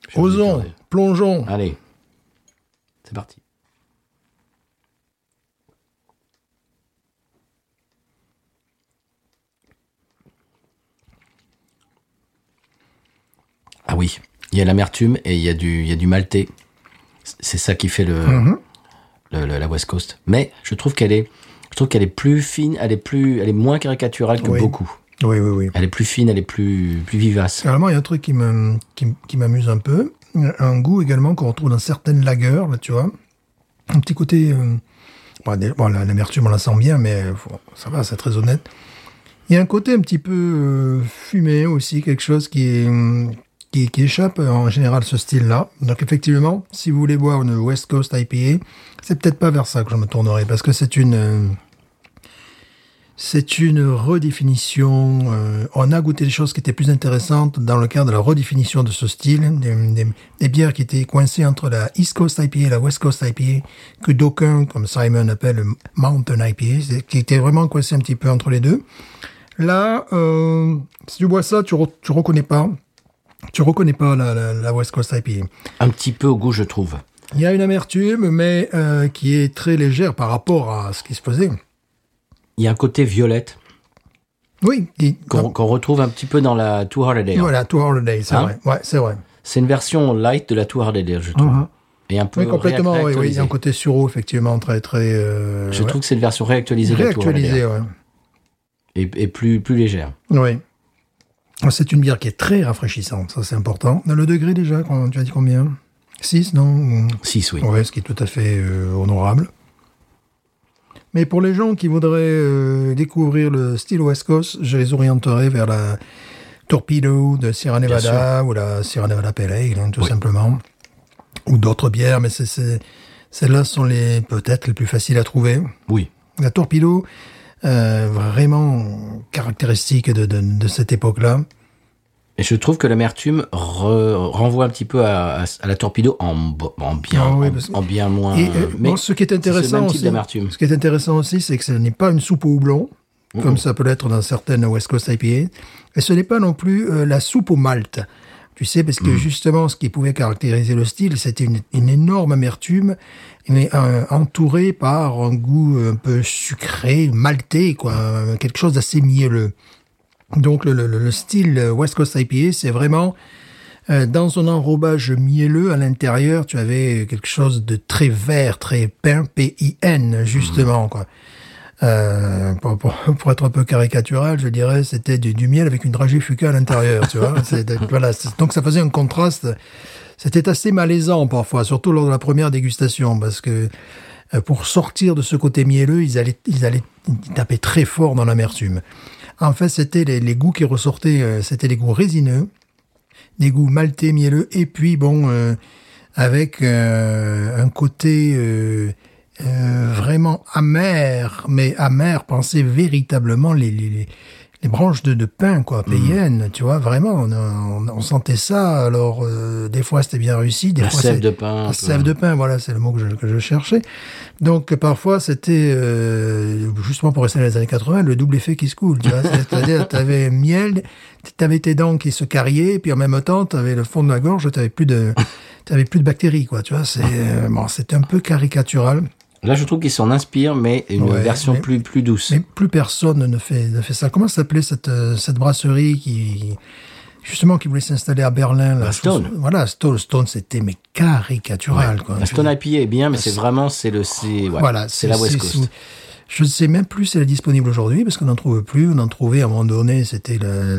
B: Je vais vous
A: osons,
B: découvrir.
A: plongeons.
B: Allez, c'est parti. Ah oui, il y a l'amertume et il y a du, il y a du maltais. C'est ça qui fait le,
A: Hmm. Mhm.
B: le- le- la West Coast. Mais je trouve qu'elle est, je trouve qu'elle est plus fine, elle est plus, elle est moins caricaturale que
A: Oui.
B: beaucoup.
A: Oui, oui, oui.
B: Elle est plus fine, elle est plus, plus vivace.
A: Carrément, il y a un truc qui me- qui- qui m'amuse un peu. Un goût également qu'on retrouve dans certaines lagueurs, là, tu vois. Un petit côté... euh, bon, dé- bon, la- l'amertume, on la sent bien, mais euh, faut- ça va, c'est très honnête. Il y a un côté un petit peu euh, fumé aussi, quelque chose qui, est, hum, qui, qui échappe euh, en général à ce style-là. Donc effectivement, si vous voulez boire une West Coast IPA, c'est peut-être pas vers ça que je me tournerai, parce que c'est une... euh, c'est une redéfinition. euh, on a goûté des choses qui étaient plus intéressantes dans le cadre de la redéfinition de ce style, des, des- des bières qui étaient coincées entre la East Coast IPA et la West Coast IPA, que d'aucuns, comme Simon, appelle le Mountain IPA, c'est- qui étaient vraiment coincées un petit peu entre les deux. Là, euh, si tu bois ça, tu, re- tu reconnais pas. Tu reconnais pas la, la- la West Coast IPA.
B: Un petit peu au goût, je trouve.
A: Il y a une amertume, mais euh, qui est très légère par rapport à ce qui se faisait.
B: Il y a un côté violette
A: Oui, qui-
B: qu'on qu'on retrouve un petit peu dans la Too Hard a Day.
A: Voilà, Two Holiday, c'est
B: Hein
A: vrai. Ouais, c'est vrai.
B: C'est une version light de la Tour Hardedale, je trouve. Et un peu
A: Uh-huh. Ah. Oui, complètement, oui, oui. Il y
B: réactualisée.
A: a un côté suro, effectivement, très, très. euh,
B: Je
A: ouais.
B: trouve que c'est une version réactualisée de la Tour
A: Réactualisé, ouais.
B: et, et plus, plus légère.
A: Oui. C'est une bière qui est très rafraîchissante, ça c'est important. Dans le degré déjà, quand- tu as dit combien 6, non
B: 6, oui.
A: Ouais, ce qui est tout à fait euh, honorable. Mais pour les gens qui voudraient euh, découvrir le style West Coast, je les orienterai vers la Torpedo de Sierra Nevada ou la Sierra Nevada Pale Ale, hein, tout
B: Oui.
A: simplement. Ou d'autres bières, mais c'est- c'est- celles-là sont les peut-être les plus faciles à trouver.
B: Oui.
A: La Torpedo, euh, vraiment caractéristique de, de- de cette époque-là.
B: Et je trouve que l'amertume re- renvoie un petit peu à, à- à la torpedo en, bo- en bien,
A: Ah oui,
B: en-
A: parce que-
B: en, bien moins.
A: Et euh,
B: mais
A: bon, ce qui est
B: c'est le
A: intéressant
B: même type
A: aussi,
B: d'amertume.
A: ce qui est intéressant aussi, c'est que ce n'est pas une soupe au houblon, comme ça peut l'être dans certaines West Coast IPA, et ce n'est pas non plus euh, la soupe au malt. Tu sais, parce que
B: Mm.
A: justement, ce qui pouvait caractériser le style, c'était une, une énorme amertume, mais euh, entourée par un goût euh, un peu sucré, maltais, quoi, euh, quelque chose d'assez mielleux. Donc le, le- le style euh, West Coast IPA, c'est vraiment euh, dans son enrobage mielleux à l'intérieur, tu avais quelque chose de très vert, très pin, P-I-N, justement. Quoi. Euh, pour, pour- (laughs) pour être un peu caricatural, je dirais, c'était du, du miel avec une dragée fuca à l'intérieur, tu vois. C'est- voilà, c'est- donc ça faisait un contraste. C'était assez malaisant parfois, surtout lors de la première dégustation, parce que euh, pour sortir de ce côté mielleux, ils allaient, ils allaient ils tapaient très fort dans l'amertume. En fait, c'était les, les goûts qui ressortaient, euh, c'était les goûts résineux, des goûts maltais, mielleux, et puis bon, euh, avec euh, un côté euh, euh, vraiment amer, mais amer, pensez véritablement les, les, les- les branches de, de pain,
B: Mmh.
A: quoi, payenne, tu vois, vraiment, on, on- on sentait ça, alors euh, des fois c'était bien réussi, des
B: la
A: fois
B: sève
A: c'est-
B: de pain. un
A: la
B: peu.
A: sève de pain, voilà, c'est le mot que je, que je cherchais. Donc euh, parfois c'était euh, justement pour rester dans les années 80, le double effet qui se coule. Tu
B: (laughs)
A: vois, c'est-à-dire t'avais miel, t'avais tes dents qui se carriaient, puis en même temps t'avais le fond de la gorge, t'avais plus
B: (laughs)
A: de, t'avais plus de bactéries quoi. Tu vois, c'est euh, bon, c'est un peu caricatural,
B: Là, je trouve qu'ils s'en inspirent, mais une
A: Ouais,
B: version
A: mais-
B: plus, plus douce.
A: mais plus personne ne fait ne fait ça. Comment s'appelait cette euh, cette brasserie qui Justement, qui voulait s'installer à Berlin. Là,
B: Bah,
A: je pense-
B: Stone.
A: Voilà, Stone, Stone c'était mais caricatural. quoi.
B: la
A: Tu
B: Stone IPA est bien, mais c'est vraiment c'est le c'est ouais,
A: Voilà,
B: c'est la West
A: c'est-
B: Coast.
A: Je ne sais même plus si elle est disponible aujourd'hui parce qu'on n'en trouve plus. On en trouvait à un moment donné, c'était la,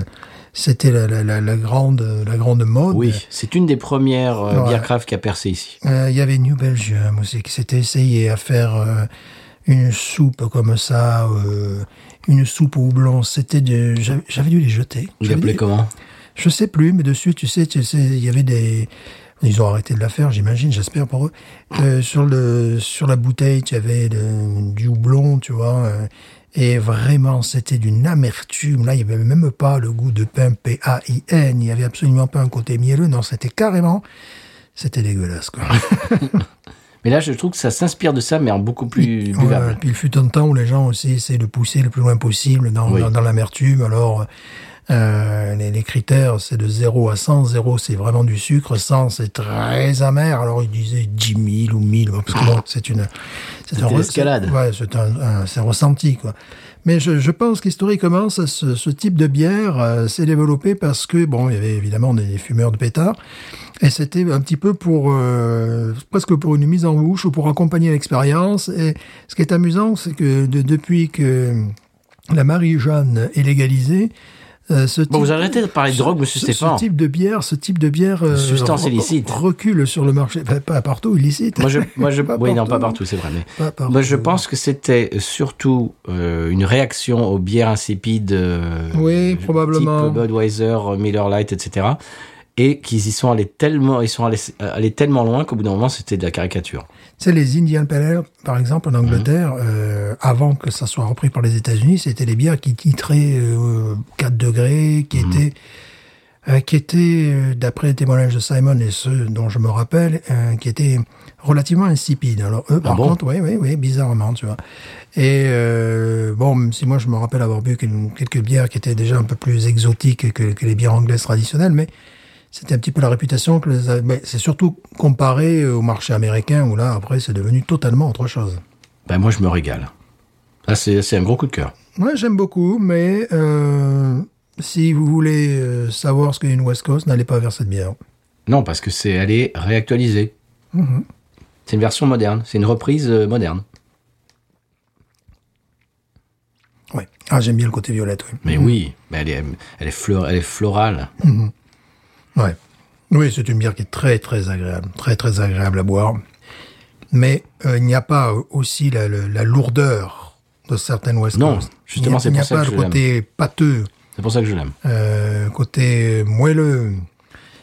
A: c'était la, la- la- la grande, la grande mode.
B: Oui, c'est une des premières euh,
A: Ouais.
B: bières craft qui a percé ici.
A: Euh, Il y avait New Belgium aussi qui s'était essayé à faire euh, une soupe comme ça, euh, une soupe au houblon. C'était de, j'avais j'avais dû les jeter.
B: Vous
A: J'avais
B: l'appelez
A: dû-
B: comment
A: je sais plus, mais dessus, tu sais, tu sais, il y avait des. Ils ont arrêté de la faire, j'imagine, j'espère pour eux. Euh, sur le sur la bouteille, tu avais le- du houblon, tu vois. euh, et vraiment, c'était d'une amertume. Là, il y avait même pas le goût de pain P-A-I-N. Il y avait absolument pas un côté mielleux. Non, c'était carrément. C'était dégueulasse, quoi.
B: Mais là, je trouve que ça s'inspire de ça, mais en beaucoup plus buvable.
A: Ouais, puis il fut un temps où les gens aussi essayaient de pousser le plus loin possible dans,
B: Oui.
A: dans, dans l'amertume. Alors, euh, les, les critères, c'est de 0 à 100. 0, c'est vraiment du sucre. 100, c'est très amer. Alors, ils disaient 10 000 ou 1000. Parce que bon, c'est une... C'est
B: Ah. C'était
A: re-
B: l'escalade.
A: Ouais, c'est un, un- c'est ressenti, quoi. Mais je, je pense qu'historiquement, ça, ce, ce type de bière euh, s'est développé parce que, bon, il y avait évidemment des fumeurs de pétards, et c'était un petit peu pour, euh, presque pour une mise en bouche ou pour accompagner l'expérience. Et ce qui est amusant, c'est que de- depuis que la Marie-Jeanne est légalisée, euh, ce type,
B: Bon, vous arrêtez de parler de
A: ce-
B: drogue, monsieur
A: ce-
B: Stéphane.
A: Ce type de bière, ce type de bière euh,
B: Substance
A: re-
B: illicite.
A: recule sur le marché, Enfin, pas partout illicite. (laughs)
B: Moi, je, moi, je,
A: Pas
B: oui, non, pas
A: partout.
B: partout, c'est vrai. Mais
A: Pas partout.
B: moi, je pense que c'était surtout euh, une réaction aux bières insipides. euh,
A: Oui,
B: type
A: probablement.
B: Budweiser, Miller Lite, etc. Et qu'ils y sont allés tellement, ils sont allés, euh, allés tellement loin qu'au bout d'un moment, c'était de la caricature.
A: Tu sais, les Indian Pale Ale, par exemple, en Angleterre, euh, avant que ça soit repris par les États-Unis, c'était les bières qui titraient euh, 4 degrés, qui étaient, euh, qui étaient, euh, d'après les témoignages de Simon et ceux dont je me rappelle, euh, qui étaient relativement insipides. Alors eux, par
B: bon
A: contre, oui, oui, oui, bizarrement, tu vois. Et euh, bon, même si moi je me rappelle avoir bu quel- quelques bières qui étaient déjà un peu plus exotiques que, que les bières anglaises traditionnelles, mais c'était un petit peu la réputation que les... mais c'est surtout comparé au marché américain où là après c'est devenu totalement autre chose.
B: Ben, moi, je me régale. Là, c'est c'est un gros coup de cœur.
A: Moi j'aime beaucoup, mais euh, si vous voulez euh, savoir ce qu'est une West Coast, n'allez pas vers cette bière.
B: Non, parce que c'est elle est réactualisée.
A: Mhm.
B: C'est une version moderne, c'est une reprise euh, moderne.
A: Ouais. Ah j'aime bien le côté violette, oui.
B: Mais oui, mais elle est, elle est, fleur, elle est florale.
A: Ouais. Oui, c'est une bière qui est très très agréable, très très agréable à boire. Mais euh, il n'y a pas euh, aussi la, la- la lourdeur de certaines West
B: Non,
A: Coast. Il
B: justement,
A: n'y a-
B: c'est
A: Il n'y a
B: pour ça
A: pas
B: que
A: le
B: je l'aime.
A: côté pâteux.
B: C'est pour ça que je l'aime.
A: euh, côté moelleux.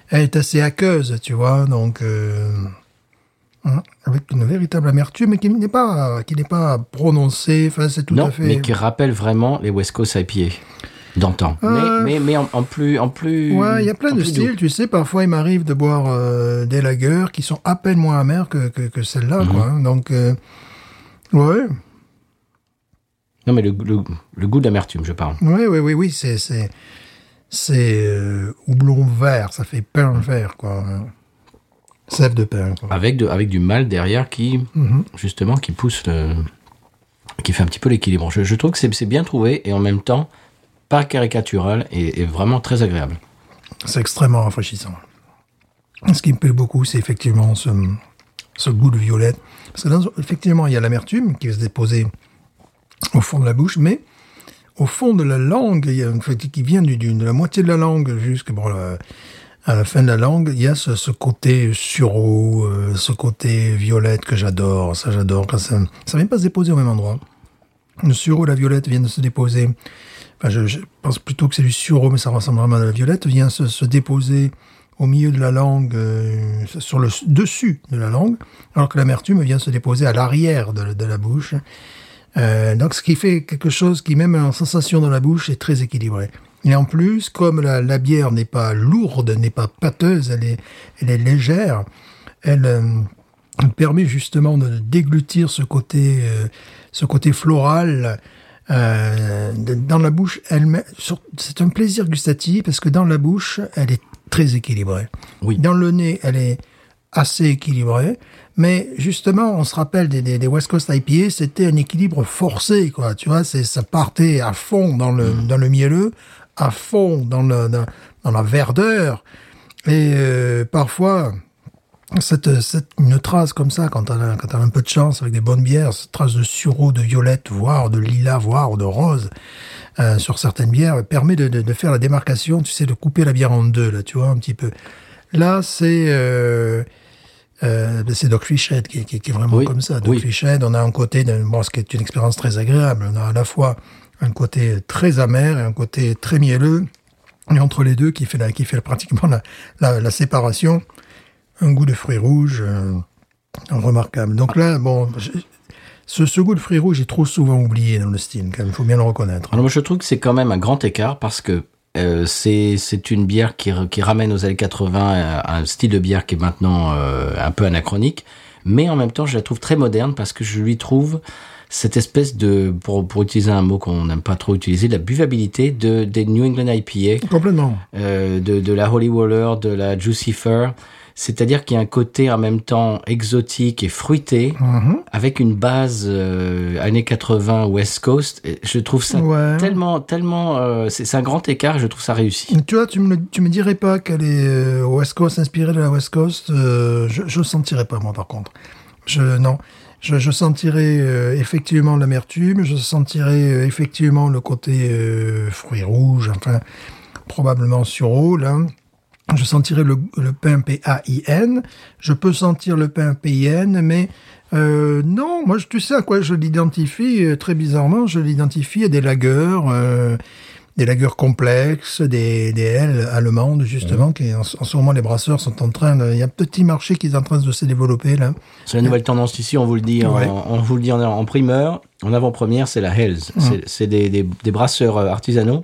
A: Elle est assez aqueuse, tu vois, donc euh, hein, avec une véritable amertume, mais qui n'est pas, qui n'est pas prononcée. Enfin, c'est tout
B: non,
A: à fait.
B: mais qui rappelle vraiment les West Coast IPA. d'antan.
A: Euh,
B: Mais, mais, mais en, en plus, en plus.
A: Ouais, il y a plein
B: en
A: de
B: plus doux.
A: styles, tu sais. Parfois, il m'arrive de boire euh, des lagers qui sont à peine moins amères que, que, que celle-là, quoi. hein. Donc, euh, ouais,
B: Non, mais le, le- le goût d'amertume, je parle.
A: ouais, ouais, oui, oui, c'est c'est c'est euh, houblon vert, ça fait pain vert, quoi. hein. Sève de pain. Quoi.
B: Avec, de, avec du mal derrière qui,
A: Mhm.
B: justement, qui pousse le. qui fait un petit peu l'équilibre. Je, je trouve que c'est c'est bien trouvé et en même temps, pas caricatural et, et vraiment très agréable.
A: C'est extrêmement rafraîchissant. Ce qui me plaît beaucoup, c'est effectivement ce, ce goût de violette. Parce que dans- effectivement, il y a l'amertume qui va se déposer au fond de la bouche, mais au fond de la langue, il y a une fait, qui vient du, du- de la moitié de la langue jusqu'à bon, la- à la fin de la langue, il y a ce, ce côté sureau, euh, ce côté violette que j'adore. Ça, j'adore. quand Ça ne vient pas se déposer au même endroit. Le sureau et la violette viennent de se déposer. Enfin, Bah, je, je pense plutôt que c'est du sureau, mais ça ressemble vraiment à de la violette. Vient se, se déposer au milieu de la langue, euh, sur le s- dessus de la langue, alors que l'amertume vient se déposer à l'arrière de, la- de la bouche. Euh, donc, ce qui fait quelque chose qui, même en sensation dans la bouche, est très équilibré. Et en plus, comme la, la bière n'est pas lourde, n'est pas pâteuse, elle est, elle est légère, elle, euh, elle permet justement de déglutir ce côté, euh, ce côté floral euh, de- dans la bouche. Elle, met- sur- c'est un plaisir gustatif parce que dans la bouche, elle est très équilibrée.
B: Oui.
A: Dans le nez, elle est assez équilibrée, mais justement, on se rappelle des, des, des West Coast IPA, c'était un équilibre forcé, quoi. Tu vois, c'est ça partait à fond dans le dans le mielleux, à fond dans le dans, dans la verdeur, et euh, parfois cette, cette, une trace comme ça, quand t'as, quand t'as un peu de chance avec des bonnes bières, cette trace de sureau, de violette, voire de lilas, voire de rose, euh, sur certaines bières, permet de, de, de faire la démarcation, tu sais, de couper la bière en deux, là, tu vois, un petit peu. Là, c'est, euh, euh, ben, c'est Doc Fichette qui, qui, qui est vraiment
B: Oui,
A: comme ça. Doc
B: oui.
A: Fichette, on a un côté, de, bon, ce qui est une expérience très agréable, on a à la fois un côté très amer et un côté très mielleux, et entre les deux, qui fait, la, qui fait pratiquement la, la, la séparation un goût de fruits rouges euh, remarquable. Donc là, bon, je- ce, ce goût de fruits rouges est trop souvent oublié dans le style, quand même, faut bien le reconnaître.
B: Alors moi je trouve que c'est quand même un grand écart parce que euh, c'est c'est une bière qui, re- qui ramène aux années 80 un- un style de bière qui est maintenant euh, un peu anachronique, mais en même temps je la trouve très moderne parce que je lui trouve cette espèce de, pour, pour utiliser un mot qu'on n'aime pas trop utiliser, la buvabilité de, des New England IPA,
A: Complètement.
B: euh, de, de la Holy Waller, de la Juicifer, c'est-à-dire qu'il y a un côté en même temps exotique et fruité,
A: Mhm.
B: avec une base euh, années 80 West Coast. Et je trouve ça
A: Ouais.
B: tellement, tellement. euh, c'est c'est un grand écart, je trouve ça réussi.
A: Tu vois, tu me, le- tu me dirais pas qu'elle est euh, West Coast, inspirée de la West Coast, euh, je, je le sentirais pas, moi, par contre. Je, non. Je, je sentirais euh, effectivement l'amertume, je sentirais euh, effectivement le côté euh, fruits rouges, enfin, probablement sureau, là. Je sentirais le, le pain P-A-I-N. Je peux sentir le pain P-I-N, mais euh, non, moi, je- tu sais à quoi je l'identifie, euh, très bizarrement, je l'identifie à des lagueurs, euh, des lagueurs complexes, des, des L allemandes, justement, qui, en, en ce moment, les brasseurs sont en train de, il y a un petit marché qui est en train de se développer, là.
B: C'est la nouvelle tendance ici, on vous le dit, en-
A: Ouais.
B: on vous le dit en, en primeur. En avant-première, c'est la Hells. C'est- C'est des, des- des brasseurs euh, artisanaux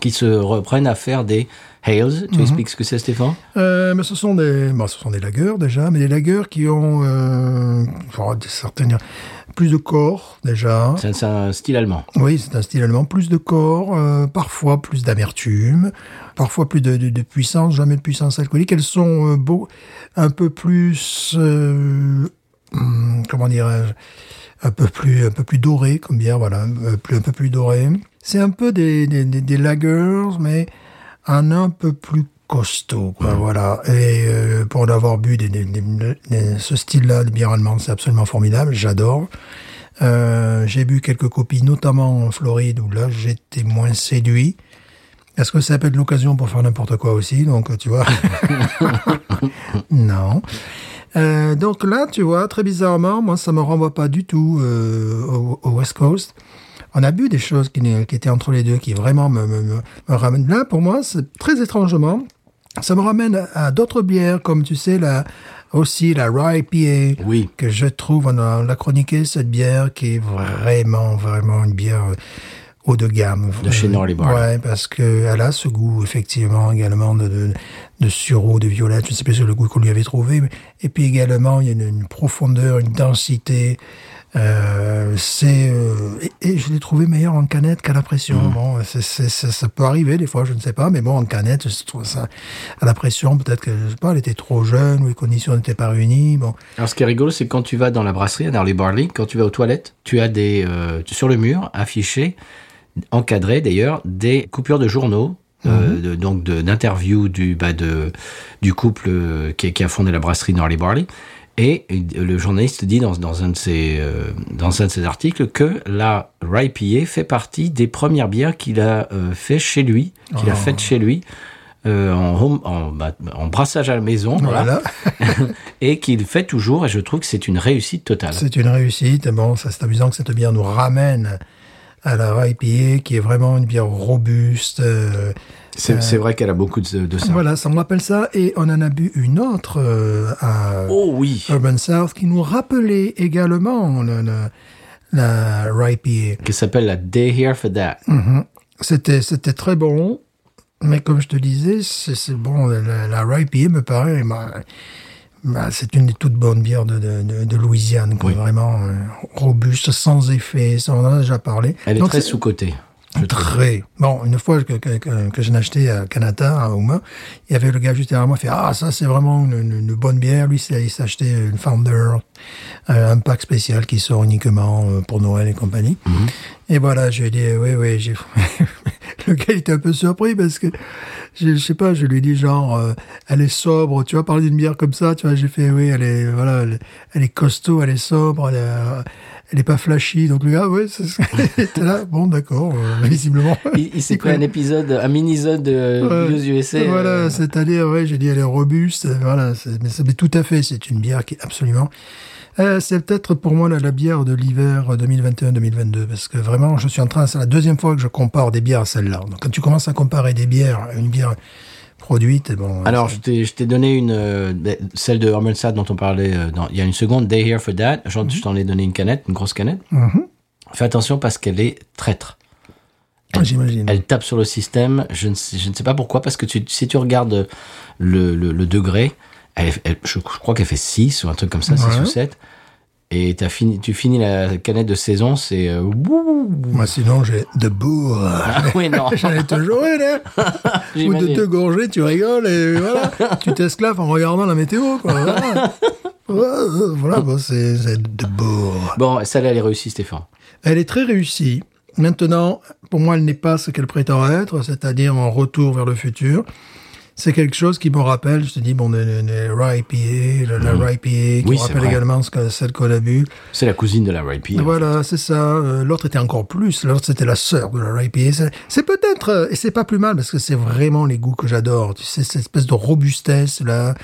B: qui se reprennent à faire des Hells. Tu expliques ce que c'est, Stéphane
A: Euh, mais ce sont des, bon, ce sont des lagueurs déjà, mais des lagueurs qui ont euh, enfin, des certaines plus de corps déjà.
B: C'est un- c'est un style allemand.
A: Oui, c'est un style allemand, plus de corps, euh, parfois plus d'amertume, parfois plus de, de- de puissance, jamais de puissance alcoolique. Elles sont euh, beau- un peu plus, euh, hum, comment dirais-je, un peu plus, un peu plus dorées comme bière, voilà, euh, plus, un peu plus dorées. C'est un peu des, des, des, des lagers, mais un un peu plus costaud, quoi, voilà. Et euh, pour l'avoir bu, des, des- des- des- ce style-là de bière allemande, c'est absolument formidable, j'adore. Euh, j'ai bu quelques copies, notamment en Floride, où là, j'étais moins séduit. Est-ce que ça peut être l'occasion pour faire n'importe quoi aussi Donc, tu vois. non. Euh, donc là, tu vois, très bizarrement, moi, ça me renvoie pas du tout euh, au, au West Coast. On a bu des choses qui, n'est- qui étaient entre les deux, qui vraiment me, me, me- me ramènent. Là, pour moi, c'est très étrangement. Ça me ramène à d'autres bières, comme tu sais, la, aussi la Rye IPA
B: Oui.
A: que je trouve, on a- on l'a chroniqué, cette bière qui est vraiment, vraiment une bière haut de gamme. Euh,
B: De chez Norley Barley.
A: Ouais, parce qu'elle a ce goût, effectivement, également de, de, de sureau, de violette. Je ne sais plus le goût qu'on lui avait trouvé. mais- Et puis également, il y a une, une profondeur, une densité. Euh, c'est euh, et, et je l'ai trouvé meilleur en canette qu'à la pression.
B: Mm.
A: Bon, c'est- c'est- ça- ça peut arriver des fois, je ne sais pas, mais bon, en canette, je trouve ça à la pression. Peut-être que je sais pas, elle était trop jeune ou les conditions n'étaient pas réunies. Bon,
B: Alors, ce qui est rigolo, c'est que quand tu vas dans la brasserie, dans les barley, quand tu vas aux toilettes, tu as des euh, sur le mur affichés, encadrés d'ailleurs, des coupures de journaux. euh, de- donc de- d'interviews du bah, de du couple euh, qui, qui a fondé la brasserie Norley Barley et euh, le journaliste dit dans, dans un de ses euh, dans un de ses articles que la Rye PA fait partie des premières bières qu'il a euh, fait chez lui qu'il a
A: Oh.
B: faites chez lui euh, en home- en, bah, en brassage à la
A: Oh
B: maison voilà
A: voilà.
B: et qu'il fait toujours, et je trouve que c'est une réussite totale.
A: C'est une réussite. Bon, ça c'est amusant que cette bière nous ramène à la IPA, qui est vraiment une bière robuste. euh,
B: C'est c'est vrai qu'elle a beaucoup de, de ça.
A: Voilà, ça on rappelle ça. Et on en a bu une autre euh, à
B: Oh oui
A: Urban South qui nous rappelait également le- le- la Rye IPA.
B: Qui s'appelle la Day Here for That.
A: Mm. C'était c'était très bon. Mais comme je te disais, c'est c'est bon, la, la Rye IPA me paraît, bah, bah, c'est une des toutes bonnes bières de, de- de- de Louisiane, quoi,
B: Oui.
A: vraiment euh, robuste, sans effet, ça, on en a déjà parlé.
B: Elle est
A: Donc,
B: très
A: c'est- (laughs)
B: sous-cotée. je trouve.
A: Très. Bon, une fois que, que, que, que j'en ai acheté à Canada, à Houma, il y avait le gars juste derrière moi qui fait Ah, ça, c'est vraiment une, une- une bonne bière. Lui, c'est- il s'est acheté une Founder, euh, un pack spécial qui sort uniquement euh, pour Noël et compagnie. Et voilà, je lui ai dit Oui, oui, j'ai. (laughs) Le gars il était un peu surpris parce que, je, je sais pas, je lui ai dit genre, euh, elle est sobre, tu vois, parler d'une bière comme ça, tu vois, j'ai fait, oui, elle est, voilà, elle, elle est costaud, elle est sobre, elle est, euh, elle est pas flashy, donc le gars, ah ouais, c'est ce (laughs) était là, bon, d'accord, euh, (laughs) visiblement.
B: Il, il s'est
A: Il
B: pris un épisode, un mini-zone de
A: Ouais.
B: News USA.
A: (laughs)
B: euh,
A: Voilà, c'est-à-dire, ouais, j'ai dit, elle est robuste, euh, voilà, c'est- mais, c'est- mais tout à fait, c'est une bière qui est absolument. Euh, c'est peut-être pour moi la, la bière de l'hiver euh, 2021-2022, parce que vraiment, je suis en train, c'est la deuxième fois que je compare des bières à celle-là. Donc, quand tu commences à comparer des bières, à une bière produite, bon.
B: Alors,
A: c'est-
B: je t'ai je t'ai donné une, euh, celle de Herman Sad dont on parlait euh, dans- il y a une seconde, Day Here for That.
A: Mm-hmm.
B: J'en- Je t'en ai donné une canette, une grosse canette.
A: Mhm.
B: Fais attention parce qu'elle est traître.
A: j'imagine.
B: Elle tape sur le système. Je ne sais, je ne sais pas pourquoi, parce que tu- si tu regardes le, le- le degré, elle- elle- je, je crois qu'elle fait 6 ou un truc comme ça, 6
A: Ouais.
B: ou 7. Et t'as fini, tu finis la canette de saison, c'est. euh, wouh.
A: Moi, sinon, j'ai de (laughs) bourre.
B: Ah (laughs) oui, non.
A: J'en ai toujours une, hein. Ou de
B: j'imagine.
A: te gorger, tu rigoles et
B: (laughs)
A: voilà. tu t'esclaves en regardant la météo, quoi. Voilà, Ouais, voilà, bon, c'est c'est de bourre.
B: Bon, celle-là, elle est réussie, Stéphane.
A: Elle est très réussie. Maintenant, pour moi, elle n'est pas ce qu'elle prétend être, c'est-à-dire en retour vers le futur. C'est quelque chose qui me rappelle, je te dis, bon, les, les, les Rye IPA, la, la Rye IPA, qui
B: Mm. Oui,
A: me
B: c'est
A: rappelle
B: vrai.
A: également ce que, celle qu'on a bu.
B: C'est la cousine de la Ripe.
A: Voilà, c'est ça. Euh, L'autre était encore plus. L'autre, c'était la sœur de la IPA. C'est- C'est peut-être, euh, et c'est pas plus mal, parce que c'est vraiment les goûts que j'adore. Tu sais, cette espèce de robustesse, là.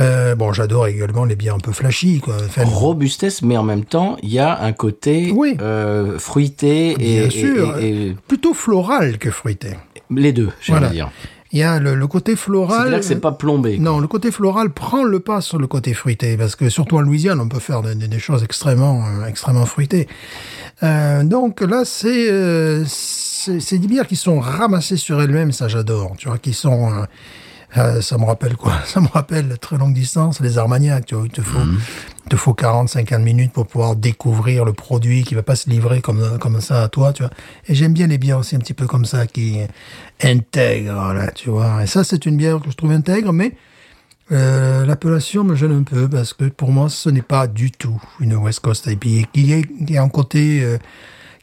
A: Euh, bon, j'adore également les bières un peu flashy, quoi. Enfin,
B: Robustesse, mais en même temps, il y a un côté
A: Oui.
B: euh, fruité et,
A: Bien
B: et-
A: sûr.
B: et- et-
A: plutôt floral que fruité.
B: les deux, j'aimerais
A: Voilà.
B: dire.
A: Il y a le, le côté floral.
B: C'est là que c'est pas plombé.
A: Non, le côté floral prend le pas sur le côté fruité, parce que surtout en Louisiane, on peut faire des, des- des choses extrêmement, euh, extrêmement fruitées. Euh, donc là, c'est euh, c'est c'est des bières qui sont ramassées sur elles-mêmes, ça j'adore. Tu vois, qui sont, euh, euh, ça me rappelle quoi (laughs) Ça me rappelle la très longue distance, les Armagnacs. Tu vois, il te faut, il te faut 40, 50 minutes pour pouvoir découvrir le produit qui va pas se livrer comme comme ça à toi. Tu vois. Et j'aime bien les bières aussi un petit peu comme ça qui intègrent là. Tu vois. Et ça, c'est une bière que je trouve intègre, mais euh, l'appellation me gêne un peu parce que pour moi, ce n'est pas du tout une West Coast IPA qui est, qui a un côté, euh,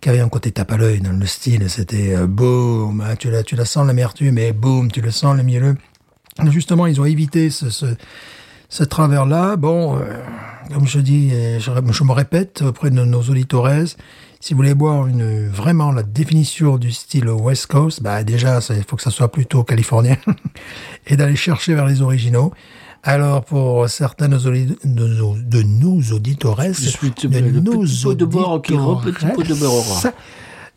A: qui avait un côté tape à l'œil dans le style. C'était euh, boum, hein, tu la, tu la sens l'amertume, mais boum, tu le sens le mielleux. Justement, ils ont évité ce, ce, ce travers-là. Bon, euh, comme je dis, euh, je, je me répète auprès de nos auditeurs, si vous voulez boire une, vraiment la définition du style West Coast, bah déjà, ça- il faut que ça soit plutôt californien (laughs) et d'aller chercher vers les originaux. Alors, pour certains de nos, audi- de nos- de nos auditeurs,
B: Petit peu- le petit pot de beurre qui
A: auditeurs,
B: repose, petit pot de beurre au roi.
A: ça-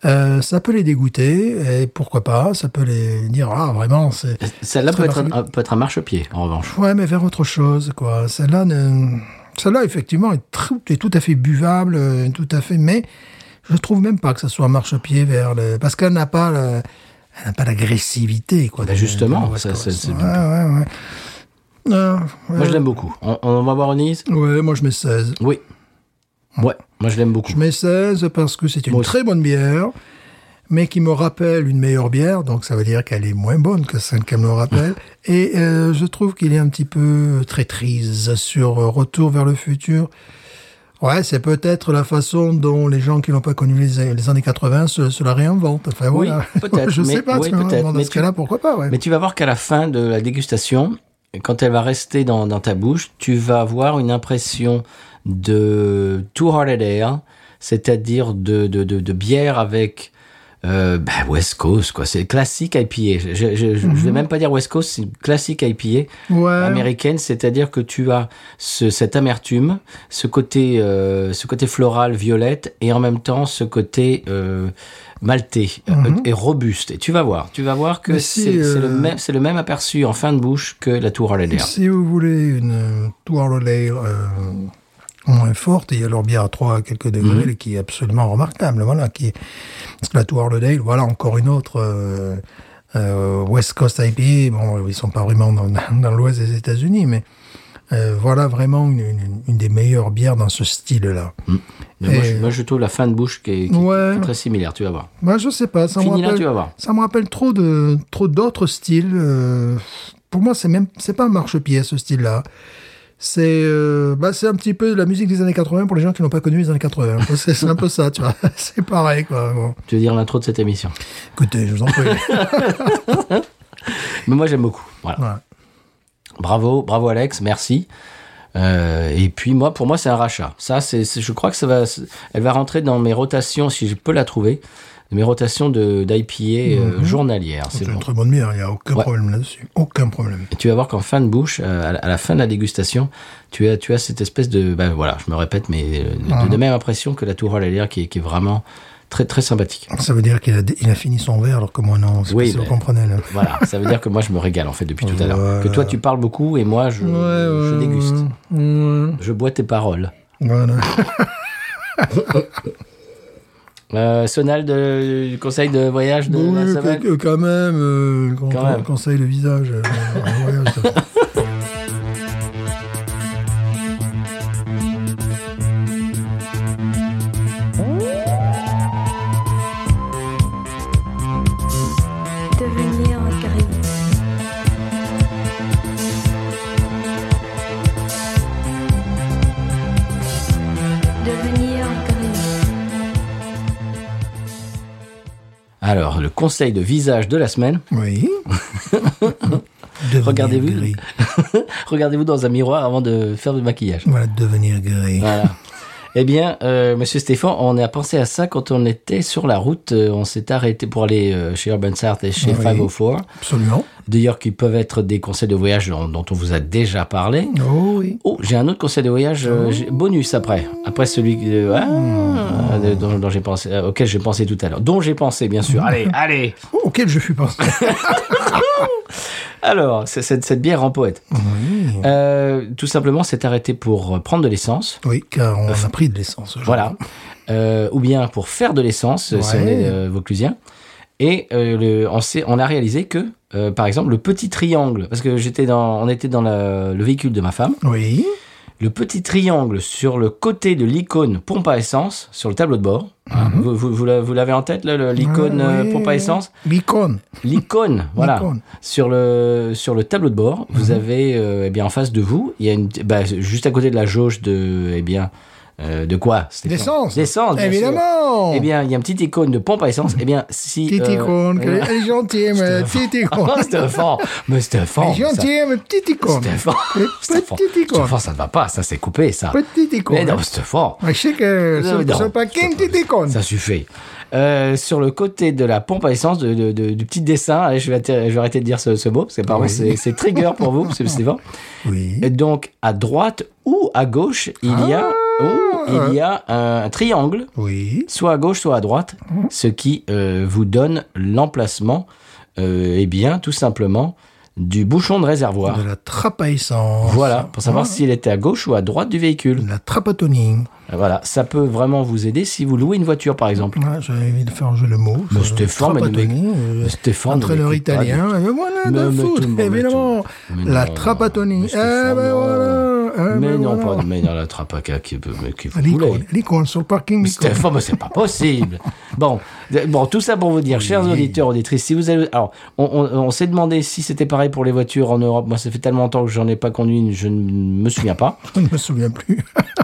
A: euh, ça peut les dégoûter, et pourquoi pas, ça peut les dire, ah vraiment, c'est...
B: Celle-là peut
A: Très
B: être,
A: marqué.
B: un, peut être un marchepied, en revanche.
A: Ouais, mais vers autre chose, quoi. Celle-là, ne- celle-là effectivement, est, tr- est tout à fait buvable, euh, tout à fait, mais Je trouve même pas que ça soit un marchepied vers le. Parce qu'elle n'a pas le- elle n'a pas l'agressivité, quoi.
B: Bah,
A: de-
B: justement,
A: de West
B: ça,
A: Coast.
B: c'est- c'est-
A: Ouais, ouais, ouais. Euh, ouais.
B: Moi, je l'aime beaucoup. On, on va voir Onise
A: Ouais, moi je mets 16.
B: Oui. Ouais, moi, je l'aime beaucoup.
A: Mm. Je mets 16 parce que c'est une
B: Moi aussi.
A: très bonne bière, mais qui me rappelle une meilleure bière, donc ça veut dire qu'elle est moins bonne que celle qu'elle me
B: (laughs)
A: rappelle. Et euh, je trouve qu'il est un petit peu traîtrise sur euh, Retour vers le futur. Ouais, c'est peut-être la façon dont les gens qui n'ont pas connu les, les années 80 se, se la réinventent. Enfin,
B: Oui,
A: ah, voilà. (laughs)
B: peut-être,
A: je
B: mais-
A: sais pas,
B: oui,
A: tu vois,
B: peut-être,
A: dans
B: mais
A: ce
B: tu-
A: cas-là, pourquoi pas, ouais.
B: Mais tu vas voir qu'à la fin de la dégustation, quand elle va rester dans, dans ta bouche, tu vas avoir une impression de Two Hearted Ale, c'est-à-dire de, de, de, de bière avec euh, bah, West Coast, quoi. C'est classique IPA. Je, je, je, je
A: Mm-hmm.
B: vais même pas dire West Coast, c'est classique IPA Ah,
A: Ouais.
B: américaine, c'est-à-dire que tu as ce- cette amertume, ce côté, euh, ce côté floral violette et en même temps ce côté euh, maltais euh, et robuste. Et tu vas voir, tu vas voir que
A: Mhm. Mais si,
B: c'est c'est le
A: euh,
B: même, c'est le même aperçu en fin de bouche que la tour à l'air.
A: Si vous voulez une Twirl euh, moins forte, il y a leur bière à 3 à quelques degrés
B: Mhm.
A: qui est absolument remarquable. Voilà, qui est- Parce que la Twirl voilà encore une autre euh, euh, West Coast IPA. Bon, ils sont pas vraiment dans, (laughs) dans- dans l'ouest des États-Unis, mais euh, voilà vraiment une, une- une des meilleures bières dans ce style-là.
B: Moi,
A: Et-
B: je- moi, je trouve la fin de bouche qui est, qui-
A: euh, Ouais.
B: qui est très similaire. Tu vas voir.
A: Moi, Bah, je sais pas. Ça me
B: Fini là,
A: rappelle-
B: tu vas voir.
A: Ça me rappelle trop de trop d'autres styles. euh, pour moi, c'est même c'est pas un marchepied ce style-là. C'est euh, bah, c'est un petit peu de la musique des années 80 pour les gens qui n'ont pas connu les années (laughs) 80. C'est c'est un peu ça, tu vois. (laughs) C'est pareil quoi. Bon.
B: Tu veux dire l'intro de cette émission.
A: Écoutez, je vous en (laughs) prie.
B: Mais moi, j'aime beaucoup. Voilà.
A: Ouais.
B: Bravo, bravo Alex, merci. Euh, et puis moi, pour moi, c'est un rachat. Ça, c'est, c'est- je crois que ça va, c'est- elle va rentrer dans mes rotations, si je peux la trouver, mes rotations de d'IPA euh,
A: Mhm.
B: journalières. C'est
A: C'est
B: bon.
A: une très bonne bière. Il n'y a aucun
B: Ouais.
A: problème là-dessus. Aucun problème.
B: Et tu vas voir qu'en fin de bouche, euh, à la- à la fin de la dégustation, tu as, tu as cette espèce de, ben voilà, je me répète, mais euh,
A: Ah.
B: de, de même impression que la tour à qui, est- qui est vraiment très
A: (laughs)
B: très sympathique.
A: Ça veut dire qu'il a dé- il a fini son verre alors que moi non. C'est
B: Oui,
A: pas si
B: mais-
A: vous comprenez là.
B: Voilà, ça veut dire que moi je me régale en fait depuis tout à l'heure.
A: Voilà.
B: Que toi tu parles beaucoup et moi je, je déguste,
A: ouais.
B: je bois tes paroles.
A: Voilà.
B: Euh, Sonal de- du conseil de voyage de
A: Bon,
B: la
A: oui,
B: semaine.
A: que- que- quand même, euh, quand,
B: Quand
A: quand-
B: même.
A: conseil le visage. euh, un voyage, ça-
D: Devenir un caribou. Devenir un caribou.
B: Alors, le conseil de visage de la semaine.
A: Oui. Devenir
B: (laughs) Regardez-vous.
A: gris.
B: Regardez-vous dans un miroir avant de faire du maquillage.
A: Voilà, devenir gris. (laughs)
B: Voilà. Eh bien, euh, Monsieur Stéphane, on a pensé à ça quand on était sur la route. Euh, on s'est arrêté pour aller euh, chez Urban Sart et chez
A: Oui.
B: 504.
A: Absolument.
B: D'ailleurs, qui peuvent être des conseils de voyage dont, dont on vous a déjà parlé.
A: Oh oui.
B: Oh, j'ai un autre conseil de voyage euh, j'ai-
A: Oh.
B: bonus après. Après celui que- ah,
A: Hmm.
B: de- dont, dont j'ai pensé, euh, auquel j'ai pensé tout à l'heure. Dont j'ai pensé, bien sûr. Allez, allez
A: Oh, auquel je fus pensé.
B: Alors, c'est- cette, cette bière en poète.
A: (laughs) oui.
B: Euh, tout simplement, c'est arrêté pour euh, prendre de l'essence.
A: Oui, car on a pris de l'essence. aujourd'hui.
B: Voilà. Euh, ou bien pour faire de l'essence, euh, si
A: Ouais.
B: on est euh, Vauclusien. Et euh, le- on, s'est- on a réalisé que, euh, par exemple, le petit triangle, parce que j'étais dans, on était dans la- le véhicule de ma femme,
A: Oui.
B: le petit triangle sur le côté de l'icône pompe à essence, sur le tableau de bord. hein, vous, vous- vous la- vous l'avez en tête, là, le- l'icône
A: Ah,
B: euh,
A: oui.
B: pompe à essence
A: L'icône.
B: L'icône, voilà.
A: L'icône. Mhm.
B: Sur le sur le tableau de bord, vous avez euh, eh bien en face de vous, il y a une bah, juste à côté de la jauge de eh bien euh, de quoi Stéphane
A: D'essence.
B: D'essence, Oh, bien sûr.
A: Évidemment.
B: Eh bien, il y a une petite icône de pompe à essence. Eh bien, si
A: Petite
B: euh,
A: icône.
B: (laughs)
A: que-
B: euh,
A: Elle est gentille, mais petite icône.
B: oh, Stéphane, mais
A: Elle
B: Stéphane,
A: est
B: Oh, ça-
A: gentille, mais petite icône.
B: Stéphane,
A: Mais
B: Stéphane,
A: Petite icône.
B: Stéphane, ça ne va pas, ça c'est coupé, ça.
A: Petite
B: Mais non,
A: icône.
B: Stéphane,
A: Je sais que
B: Non, mais
A: ce
B: non.
A: ce paquet, une petite icône.
B: ça suffit. Euh, sur le côté de la pompe à essence, de- de- de- du petit dessin, allez, je vais, atter- je vais arrêter de dire ce, ce mot, parce que apparemment, c'est- c'est trigger pour vous,
A: (laughs)
B: monsieur Stéphane.
A: Oui.
B: Et donc, à droite ou à gauche, il y a,
A: Ah.
B: ou il y a un triangle,
A: Oui.
B: soit à gauche, soit à droite,
A: Mmh.
B: ce qui euh, vous donne l'emplacement, euh, eh bien, tout simplement, du bouchon de réservoir.
A: De la trappe à essence.
B: Voilà, pour savoir
A: Ah,
B: s'il était à gauche ou à droite du véhicule.
A: La trappe à Tony.
B: Voilà, ça peut vraiment vous aider si vous louez une voiture, par exemple.
A: Ouais, J'avais envie de faire un jeu de mots.
B: Mais
A: Euh,
B: Stéphane, Bah, mais le mec-
A: Trapattoni, euh,
B: mais Stéphane,
A: Entraîneur
B: mais écoute pas,
A: italien. Et voilà,
B: Mais-
A: de
B: mais
A: foot,
B: tout le monde,
A: évidemment.
B: mais tout le monde.
A: La
B: Mais non,
A: trappe à Tony.
B: mais
A: Eh
B: Stéphane,
A: ben
B: non.
A: voilà. eh
B: mais
A: ben
B: non,
A: voilà.
B: pas, mais non, la trappe à caca qui, mais qui vous
A: L'icône,
B: voulez.
A: l'icône sur le parking.
B: Mais
A: l'icône.
B: Stéphane, mais c'est pas possible. Bon, euh, bon, tout ça pour vous dire, chers auditeurs, auditrices, si vous avez, alors, on, on- on s'est demandé si c'était pareil pour les voitures en Europe. Moi, ça fait tellement longtemps que j'en ai pas conduit, une, je ne me souviens pas.
A: Je ne me souviens
B: (laughs)
A: plus.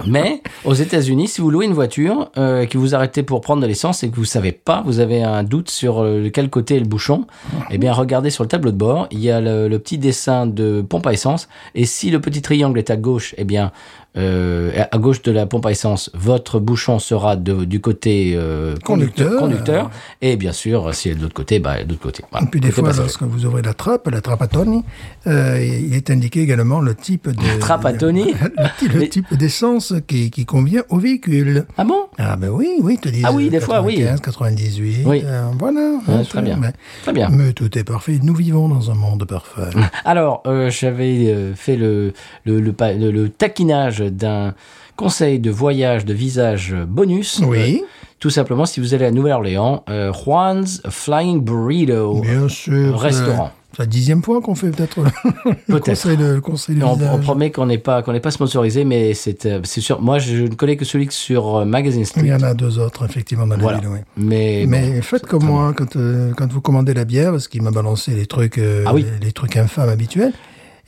B: Mais aux États-Unis, si vous louez une voiture euh, qui vous arrêtez pour prendre de l'essence et que vous savez pas, vous avez un doute sur euh, quel côté est le bouchon, eh bien regardez sur le tableau de bord, il y a le, le petit dessin de pompe à essence et si le petit triangle est à gauche, eh bien euh, à gauche de la pompe à essence, votre bouchon sera de- du côté euh,
A: Conducteur.
B: conducteur. et bien sûr si elle est de l'autre côté, bah elle est de l'autre côté. Voilà.
A: Et puis des
B: Côté
A: fois,
B: passager.
A: lorsque vous ouvrez la trappe, la trappe à Tony, euh, il est indiqué également le type de...
B: trappe à Tony
A: (laughs) Le, ti- le
B: Mais-
A: type d'essence qui, qui convient au véhicule.
B: ah bon
A: Ah ben oui, oui, te dis.
B: Ah oui, des fois, oui.
A: 98,
B: Oui.
A: euh, voilà.
B: Ouais,
A: hein,
B: très bien.
A: Mais,
B: Très bien.
A: mais tout est parfait, nous vivons dans un monde
B: (laughs)
A: parfait.
B: Alors, euh, j'avais euh, fait le, le, le, pa- le- le taquinage d'un conseil de voyage de visage bonus.
A: oui,
B: Euh, tout simplement, si vous allez à Nouvelle-Orléans, euh, Juan's Flying Burrito.
A: bien sûr.
B: restaurant.
A: euh, C'est la dixième fois qu'on fait peut-être le, le
B: (laughs) Peut-être.
A: conseil de le conseil de
B: Et On,
A: visage.
B: on promet qu'on n'est pas qu'on n'est pas sponsorisé, mais c'est euh, c'est sûr. Moi, je ne connais que celui que sur euh, Magazine
A: Il
B: Street.
A: y en a deux autres, effectivement, dans la
B: Voilà.
A: ville, oui.
B: Mais,
A: Mais
B: bon,
A: faites
B: c'est
A: comme
B: très
A: moi quand euh, quand vous commandez la bière parce qu'il m'a balancé les trucs euh,
B: Ah oui.
A: les trucs infâmes habituels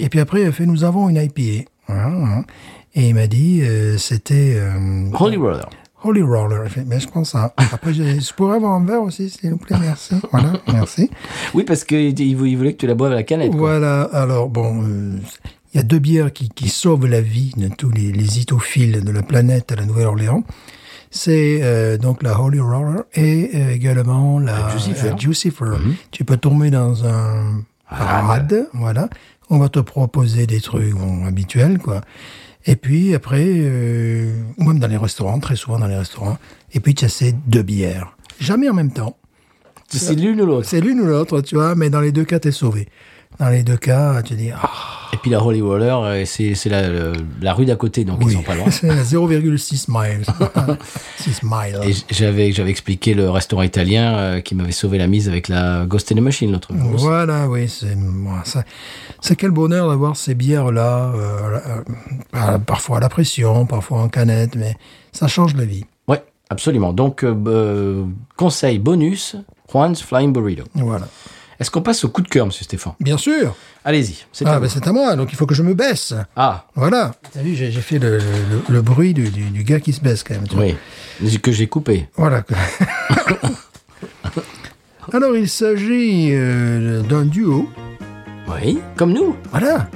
A: et puis après il a fait nous avons une IPA Hein, hein. et il m'a dit euh, c'était euh,
B: bon. Holy Roller.
A: Holy Roller Il fait, mais je prends ça après j'ai dit, je pourrais avoir un verre aussi s'il vous plaît merci
B: (laughs)
A: voilà merci
B: Oui, parce qu'il il vou- il voulait que tu la boives à la canette. quoi.
A: voilà alors bon euh, il y a deux bières qui, qui sauvent la vie de tous les, les itophiles de la planète à la Nouvelle-Orléans c'est euh, donc la Holy Roller et euh, également la,
B: La Jucifer.
A: la Jucifer. Tu peux tomber dans un parade, voilà. On va te proposer des trucs bon, habituels, quoi. Et puis après, euh, ou même dans les restaurants, très souvent dans les restaurants. Et puis tu as ces deux bières. Jamais en même temps.
B: C'est l'une ou l'autre.
A: C'est l'une ou l'autre, tu vois, mais dans les deux cas, t'es sauvé. Dans les deux cas, tu dis, ah,
B: Et puis la Holy Roller, euh, c'est c'est la, le- la rue d'à côté, donc ils
A: oui,
B: sont pas loin.
A: c'est (laughs) à 0,6 (laughs) miles. 6 miles.
B: Et j- j'avais j'avais expliqué le restaurant italien euh, qui m'avait sauvé la mise avec la Ghost in the Machine l'autre jour. aussi.
A: Voilà, oui, c'est moi, ça- c'est quel bonheur d'avoir ces bières là, euh, parfois à la pression, parfois en canette, mais ça change la vie.
B: Ouais, absolument. Donc euh, euh, conseil bonus, Juan's Flying Burrito.
A: Voilà.
B: Est-ce qu'on passe au coup de cœur, Monsieur Stéphane
A: Bien sûr.
B: Allez-y. C'est
A: Ah
B: à
A: ben
B: vous.
A: c'est à moi, donc il faut que je me baisse.
B: ah
A: Voilà. T'as vu, j'ai j'ai fait le, le- le bruit du, du- du gars qui se baisse quand même. tu vois.
B: oui, que j'ai coupé.
A: Voilà.
B: (laughs)
A: Alors il s'agit euh, d'un duo.
B: Oui, comme nous,
A: Voilà.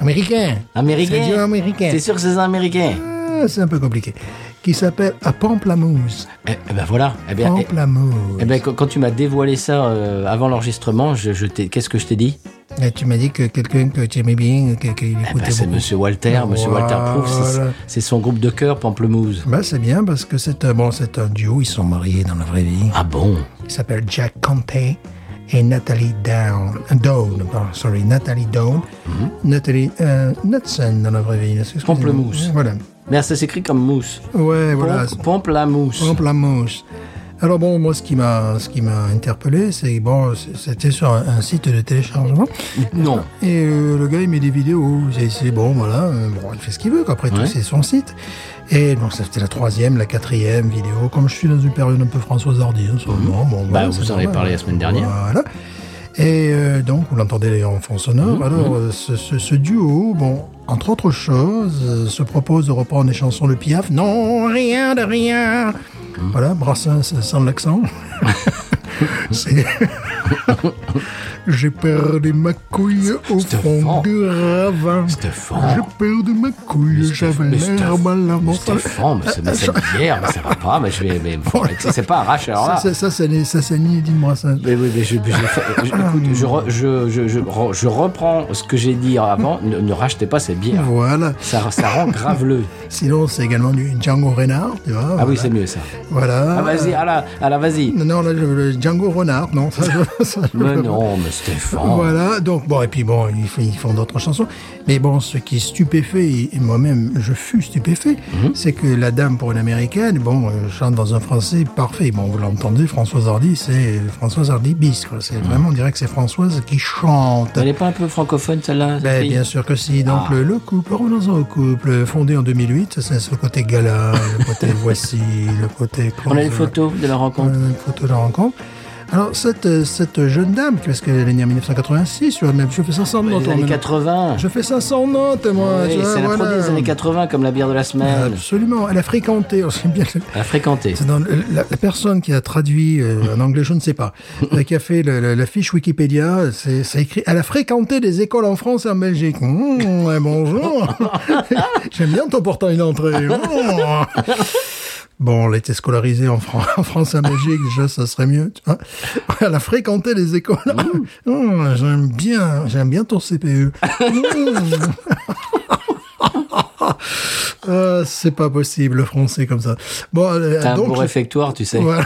A: Américain. C'est un duo
B: américains.
A: américain.
B: T'es sûr que c'est un américain
A: Ah, C'est un peu compliqué. Qui s'appelle à Pamplamousse.
B: eh, eh ben voilà. Eh bien,
A: Oh,
B: eh,
A: Pamplamousse.
B: eh ben, quand, quand tu m'as dévoilé ça euh, avant l'enregistrement, je, je t'ai- qu'est-ce que je t'ai dit
A: Et tu m'as dit que quelqu'un que tu aimais bien, que- qu'il
B: Eh ben,
A: écoutait
B: C'est
A: beaucoup.
B: Monsieur Walter, Monsieur Walter Proof, c'est-
A: Voilà.
B: c'est son groupe de cœur, Pamplemousse.
A: Bah, c'est bien parce que c'est un, bon, c'est un duo, ils sont mariés dans la vraie vie.
B: Ah bon
A: Ils s'appellent Jack Conte et Nathalie Down, Down, pardon, sorry, Nathalie Down,
B: Mm-hmm.
A: Nathalie euh, Knudsen dans la vraie vie. excusez-moi.
B: Pamplemousse.
A: Voilà.
B: Mais ça s'écrit comme mousse.
A: Ouais, voilà.
B: Pompe, pompe la mousse.
A: Pamplemousse. Alors bon, moi, ce qui m'a, ce qui m'a interpellé, c'est bon, c'était sur un, un site de téléchargement.
B: Non.
A: Et euh, le gars, il met des vidéos. C'est- C'est bon, voilà. euh, bon, il fait ce qu'il veut. quoi. Après tout,
B: Ouais.
A: c'est son site. Et donc, ça, c'était la troisième, la quatrième vidéo. Comme je suis dans une période un peu Françoise Hardy en ce moment. Bon,
B: Bah,
A: voilà,
B: vous
A: c'est
B: en avez
A: normal.
B: parlé la semaine dernière.
A: Voilà. Et euh, donc, vous l'entendez en fond
B: Mhm,
A: sonore. Alors, euh, ce, ce- ce duo, bon, entre autres choses, euh, se propose de reprendre des chansons de Piaf. Non, rien de rien.
B: Mhm.
A: Voilà, Brassens sans l'accent. (laughs) C'est- J'ai perdu ma couille au
B: Stéphane.
A: fond du ravin. J'ai
B: Stéphane.
A: perdu ma
B: Mais
A: couille,
B: Stéph-
A: j'avais
B: mais
A: l'air
B: Stéph-
A: mal
B: mais
A: avant.
B: Stéphane, mais
A: (laughs)
B: c'est mais c'est une bière, mais ça va pas, mais je vais. Mais faut arrêter, c'est pas un rachat, alors
A: Ça, ça,
B: là.
A: ça, c'est ni- ça, c'est ni Edith Brassens.
B: Mais oui, mais je, je- je- écoute, je, re- je, je, je re- je reprends ce que j'ai dit avant. Ne, ne rachetez pas cette bière.
A: Voilà.
B: Ça, ça rend graveleux.
A: Sinon, c'est également du Django Reinhardt, tu vois.
B: Ah oui,
A: voilà.
B: c'est mieux ça.
A: Voilà.
B: Ah, vas-y, ah là, ah là, vas-y.
A: Non, non, là, le, le Django Django Renard, non ça, je- (laughs) ça, je-
B: Mais non, mais Stéphane.
A: Voilà, donc bon, et puis bon, ils, f- ils font d'autres chansons. Mais bon, ce qui est stupéfait, et et moi-même je fus stupéfait,
B: Mhm.
A: c'est que la dame pour une américaine, bon, euh, chante dans un français parfait. Bon, vous l'entendez, Françoise Hardy, c'est euh, Françoise Hardy bis, quoi. C'est vraiment, on dirait que c'est Françoise qui chante.
B: Mhm. Elle Ah. n'est pas un peu francophone, celle-là
A: Ben,
B: Sophie
A: bien sûr que si. Donc, le, le couple, revenons-en au couple, fondé en 2008, c'est ce côté gala, le
B: (laughs)
A: côté voici, le côté.
B: On a une
A: close.
B: photo de la rencontre.
A: Une photo de la rencontre. Alors, cette, euh, cette jeune dame, parce qu'elle est née en 1986, je même- je fais 500 notes.
B: Les
A: moi,
B: années
A: maintenant.
B: 80.
A: Je fais 500 notes, moi.
B: Oui,
A: tu vois,
B: c'est la
A: voilà. Ah,
B: produit des années 80, comme la bière de la semaine.
A: Absolument. Elle a fréquenté, (laughs) on sait bien que-
B: À fréquenter.
A: c'est dans le- la, la personne qui a traduit euh, en anglais, je ne sais
B: (laughs)
A: pas, euh, qui a fait le- le- la fiche Wikipédia, c'est c'est écrit. Elle a fréquenté des écoles en France et en Belgique. Mmh, eh,
B: (laughs)
A: bonjour. (laughs) J'aime bien ton portant une entrée. Mmh. Bon, elle était scolarisée en, Fran- (laughs) en France et en Belgique, déjà, ça serait mieux. tu vois. (laughs) Elle a fréquenté les écoles. (laughs) Mmh, j'aime bien, j'aime bien ton E. (laughs)
B: (laughs)
A: CPU. Mmh. Euh, c'est pas possible, le français comme ça. Bon, euh,
B: T'as un beau
A: donc, je-
B: réfectoire, tu sais.
A: (laughs) voilà.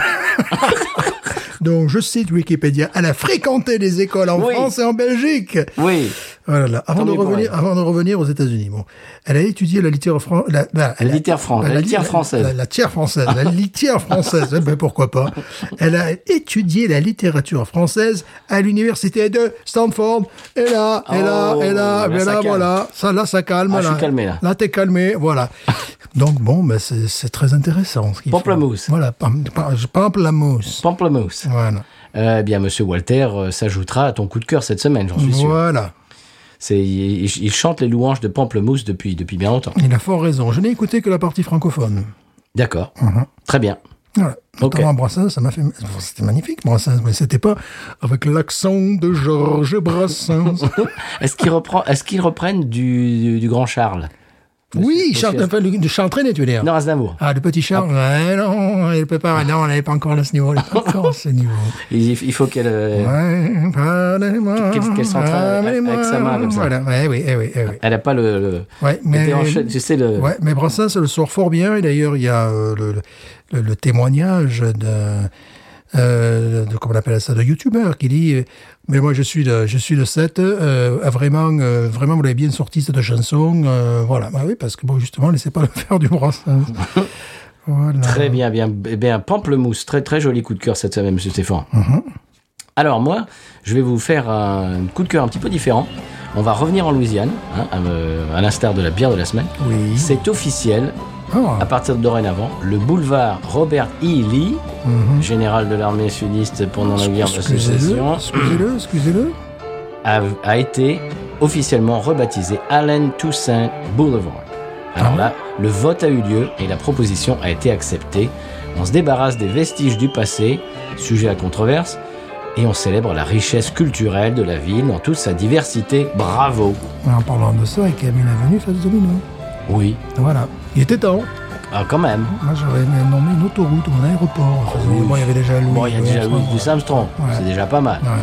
A: donc, je cite Wikipédia. Elle a fréquenté des écoles en
B: Oui.
A: France et en Belgique.
B: Oui.
A: Voilà, Oh là. Avant,
B: Tant
A: de
B: mieux pour
A: revenir,
B: elle.
A: avant de revenir aux États-Unis. Bon. Elle a étudié la littérature française. La, bah, elle a-
B: littérature fran- la littérature
A: li-
B: française.
A: La, la tière française. La litière française. Eh ben, pourquoi pas. Elle a étudié la littérature française à l'université de Stanford. Et là, et là,
B: Oh,
A: et là,
B: là,
A: et
B: ça
A: là,
B: calme.
A: voilà. Ça, là, ça calme.
B: Ah, je
A: là.
B: suis calmé, là.
A: t'es calmé. Voilà. Donc, bon, ben, c'est c'est très intéressant. Ce qu'ils font.
B: Pamplemousse.
A: Voilà. Pam, pam- pamplemousse.
B: Pamplemousse.
A: Voilà.
B: Euh, bien, monsieur Walter euh, s'ajoutera à ton coup de cœur cette semaine, j'en suis sûr.
A: Voilà.
B: C'est, il, il- il chante les louanges de Pamplemousse depuis, depuis bien longtemps.
A: Il a fort raison. Je n'ai écouté que la partie francophone.
B: D'accord.
A: Mhm.
B: Très bien.
A: Voilà.
B: Ok.
A: Notamment Brassens, ça m'a fait. Bon, C'était magnifique, Brassens, mais c'était pas avec l'accent de Georges
B: (laughs)
A: Brassens.
B: Est-ce qu'ils reprend, est-ce qu'ils reprennent du, du, du grand Charles
A: oui, Charles,
B: monsieur-
A: enfin, le- de Charles Trenet, tu veux dire.
B: Non, Aznavour.
A: Ah, le petit Charles, ouais, non, il peut pas, non, on n'avait pas encore à ce niveau, on n'avait
B: (laughs)
A: pas encore à ce niveau.
B: Il, il faut qu'elle. euh,
A: Ouais, pardonnez-moi,
B: Qu'est-ce qu'elle s'entraîne
A: pardonnez-moi.
B: avec sa main, euh, comme ça.
A: Voilà, ouais, oui, eh oui, eh oui.
B: Elle n'a pas le. le-
A: Ouais,
B: le
A: mais-
B: déhanché, tu sais, le.
A: Ouais, mais Brassens le sort fort bien. Et d'ailleurs, il y a euh, le, le- le témoignage de, euh, de comment on appelle ça, de youtubeur qui dit euh, mais moi je suis de je suis de 7 vraiment euh, vraiment vous l'avez bien sorti cette chanson euh, voilà bah oui parce que bon justement laissez pas (laughs) le faire du Brassens voilà
B: Très bien, bien, eh bien. Pamplemousse, très très joli coup de cœur cette semaine, Monsieur Stéphane.
A: Mhm.
B: Alors moi, je vais vous faire un coup de cœur un petit peu différent. On va revenir en Louisiane, hein, à, me- à l'instar de la bière de la semaine.
A: oui
B: C'est officiel,
A: Ah,
B: à partir de dorénavant, le boulevard Robert E. Lee,
A: mhm.
B: général de l'armée sudiste pendant la guerre de
A: excusez-le
B: sécession,
A: excusez-le excusez-le
B: a, a été officiellement rebaptisé Allen Toussaint Boulevard. Alors
A: Ah.
B: là, le vote a eu lieu et la proposition a été acceptée. On se débarrasse des vestiges du passé, sujet à controverse, et on célèbre la richesse culturelle de la ville dans toute sa diversité. Bravo
A: en parlant de ça et Camille Avenue face domino
B: Oui,
A: voilà il était temps
B: ah, quand même.
A: Moi, j'aurais nommé une autoroute ou un aéroport. Enfin,
B: Ah oui.
A: Bon, il y avait déjà Louis.
B: Bon, il y a déjà
A: Armstrong,
B: Louis
A: ouais.
B: Louis Armstrong,
A: Ouais.
B: c'est déjà pas mal.
A: Ouais.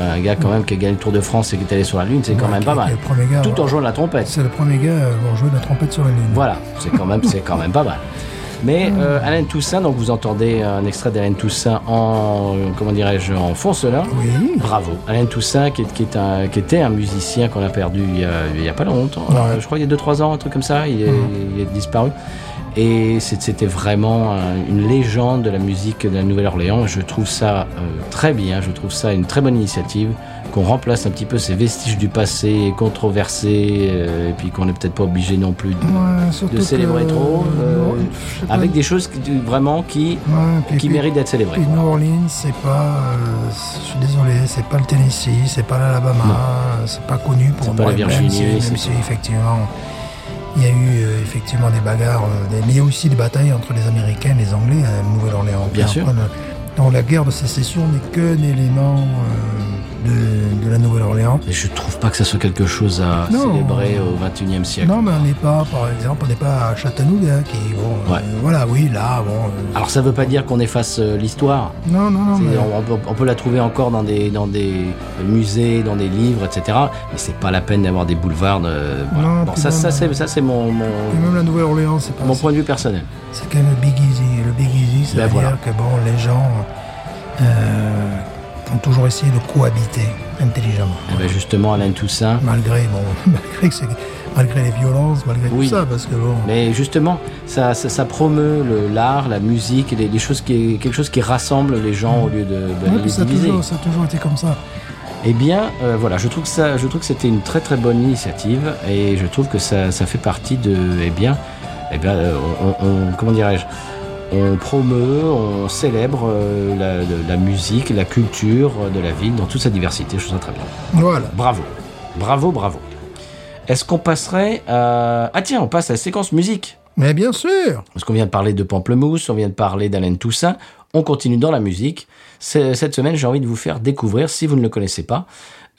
B: Un gars quand même qui a gagné le Tour de France et qui est allé sur la Lune, c'est quand
A: Ouais,
B: même
A: qui-
B: pas
A: qui est
B: mal.
A: le premier gars,
B: Tout en
A: ouais.
B: jouant de la trompette.
A: C'est le premier gars à avoir joué de la trompette sur la Lune.
B: Voilà, c'est quand même, c'est quand même pas mal. Mais euh,
A: Hmm.
B: Alain Toussaint, donc vous entendez un extrait d'Alain Toussaint en, euh, comment dirais-je, en foncelin.
A: Oui.
B: Bravo. Alain Toussaint, qui, est- qui est un, qui était un musicien qu'on a perdu il y a, il y a pas longtemps,
A: Ouais. Hmm.
B: Euh, je crois il y a 2-3 ans, un truc comme ça, il est, il est disparu. Et c'est- c'était vraiment un- une légende de la musique de la Nouvelle-Orléans. Je trouve ça euh, très bien, je trouve ça une très bonne initiative, qu'on remplace un petit peu ces vestiges du passé controversés, euh, et puis qu'on n'est peut-être pas obligé non plus de,
A: Ouais, surtout
B: de célébrer
A: que-
B: trop, euh,
A: Ouais, je sais pas.
B: avec des choses qui- du- vraiment qui,
A: Ouais, puis-
B: qui
A: puis-
B: méritent d'être célébrées.
A: puis New Orleans, c'est pas. euh, je suis désolé, c'est pas le Tennessee, c'est pas l'Alabama, c'est pas connu pour
B: C'est
A: moi.
B: pas la
A: même
B: Virginie,
A: si-
B: c'est
A: Même si, effectivement, il y a eu euh, effectivement des bagarres, euh, des- mais il y a aussi des batailles entre les Américains et les Anglais à Nouvelle-Orléans.
B: Bien
A: Puis
B: sûr.
A: après, le- Donc la guerre de sécession n'est qu'un élément euh, de, de la Nouvelle-Orléans.
B: Et je trouve pas que ça soit quelque chose à
A: Non.
B: célébrer au 21e siècle.
A: Non, mais on n'est pas, par exemple, on n'est pas à Chattanooga, qui, bon, euh,
B: Ouais.
A: voilà, oui, là, bon. euh,
B: Alors ça veut pas dire qu'on efface euh, l'histoire.
A: non, non, non.
B: C'est-
A: mais-
B: On, on peut, on peut la trouver encore dans des, dans des musées, dans des livres, etc. Mais c'est pas la peine d'avoir des boulevards. de- voilà.
A: Non,
B: Bon,
A: puis
B: ça,
A: même-
B: ça c'est ça, c'est mon, mon,
A: Et même la Nouvelle-Orléans, c'est pas.
B: mon point de vue personnel.
A: C'est quand même le Big Easy. Le Big Easy, ça
B: Ben
A: veut
B: voilà.
A: dire que, bon, les gens. euh, ont toujours essayé de cohabiter intelligemment.
B: Eh ben, justement, Alain Toussaint.
A: Malgré, bon, (laughs) malgré, que c'est- malgré les violences, malgré
B: Oui.
A: tout ça, parce que bon,
B: Mais justement, ça, ça, ça promeut le- l'art, la musique, les, les choses qui, quelque chose qui rassemble les gens au lieu de, de
A: Ouais,
B: les
A: puis ça, a
B: diviser.
A: toujours, ça a toujours été comme ça.
B: Eh bien, euh, voilà, je trouve que ça, je trouve que c'était une très très bonne initiative et je trouve que ça, ça fait partie de, eh bien, eh bien, euh, on, on- comment dirais-je, on promeut, on célèbre euh, la, de- la musique, la culture euh, de la ville dans toute sa diversité. Je trouve ça très bien.
A: Voilà.
B: Bravo, bravo, bravo. Est-ce qu'on passerait à... Ah tiens, on passe à la séquence musique.
A: Mais bien sûr
B: Parce qu'on vient de parler de Pamplemousse, on vient de parler d'Alain Toussaint, on continue dans la musique. C'est- Cette semaine, j'ai envie de vous faire découvrir, si vous ne le connaissez pas,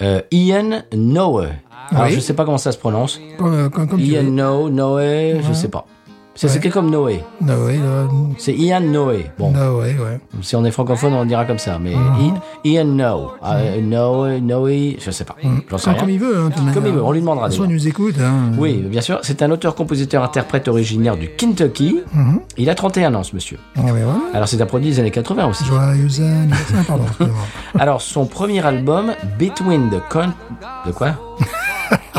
B: euh, Ian Noe. Alors,
A: Ah Oui. Ah,
B: je ne sais pas comment ça se prononce.
A: Comme, euh, comme, comme tu
B: Ian
A: dis.
B: Noe, Noe, je ne sais pas. C'est
A: Ouais.
B: c'est que comme Noé.
A: Noé, Ben là,
B: C'est Ian Noé. Bon,
A: Noé, ouais.
B: si on est francophone, on dira comme ça. Mais
A: Ah.
B: I- Ian Noe. Euh, Noe, Noe, je ne sais pas. J'en sais
A: Mm. Comme,
B: rien.
A: comme il veut, hein, de toute
B: Comme
A: manière.
B: il veut, on lui demandera.
A: Soit
B: d'ailleurs.
A: il nous écoute, hein.
B: Oui, bien sûr. C'est un auteur-compositeur-interprète originaire du Kentucky.
A: Mm-hmm.
B: Il a 31 ans, ce monsieur.
A: Ah, mais voilà.
B: Alors, c'est un produit des années 80 aussi.
A: Joyeux anniversaire, pardon, excusez-moi.
B: Alors, son premier album, Between the Country. De quoi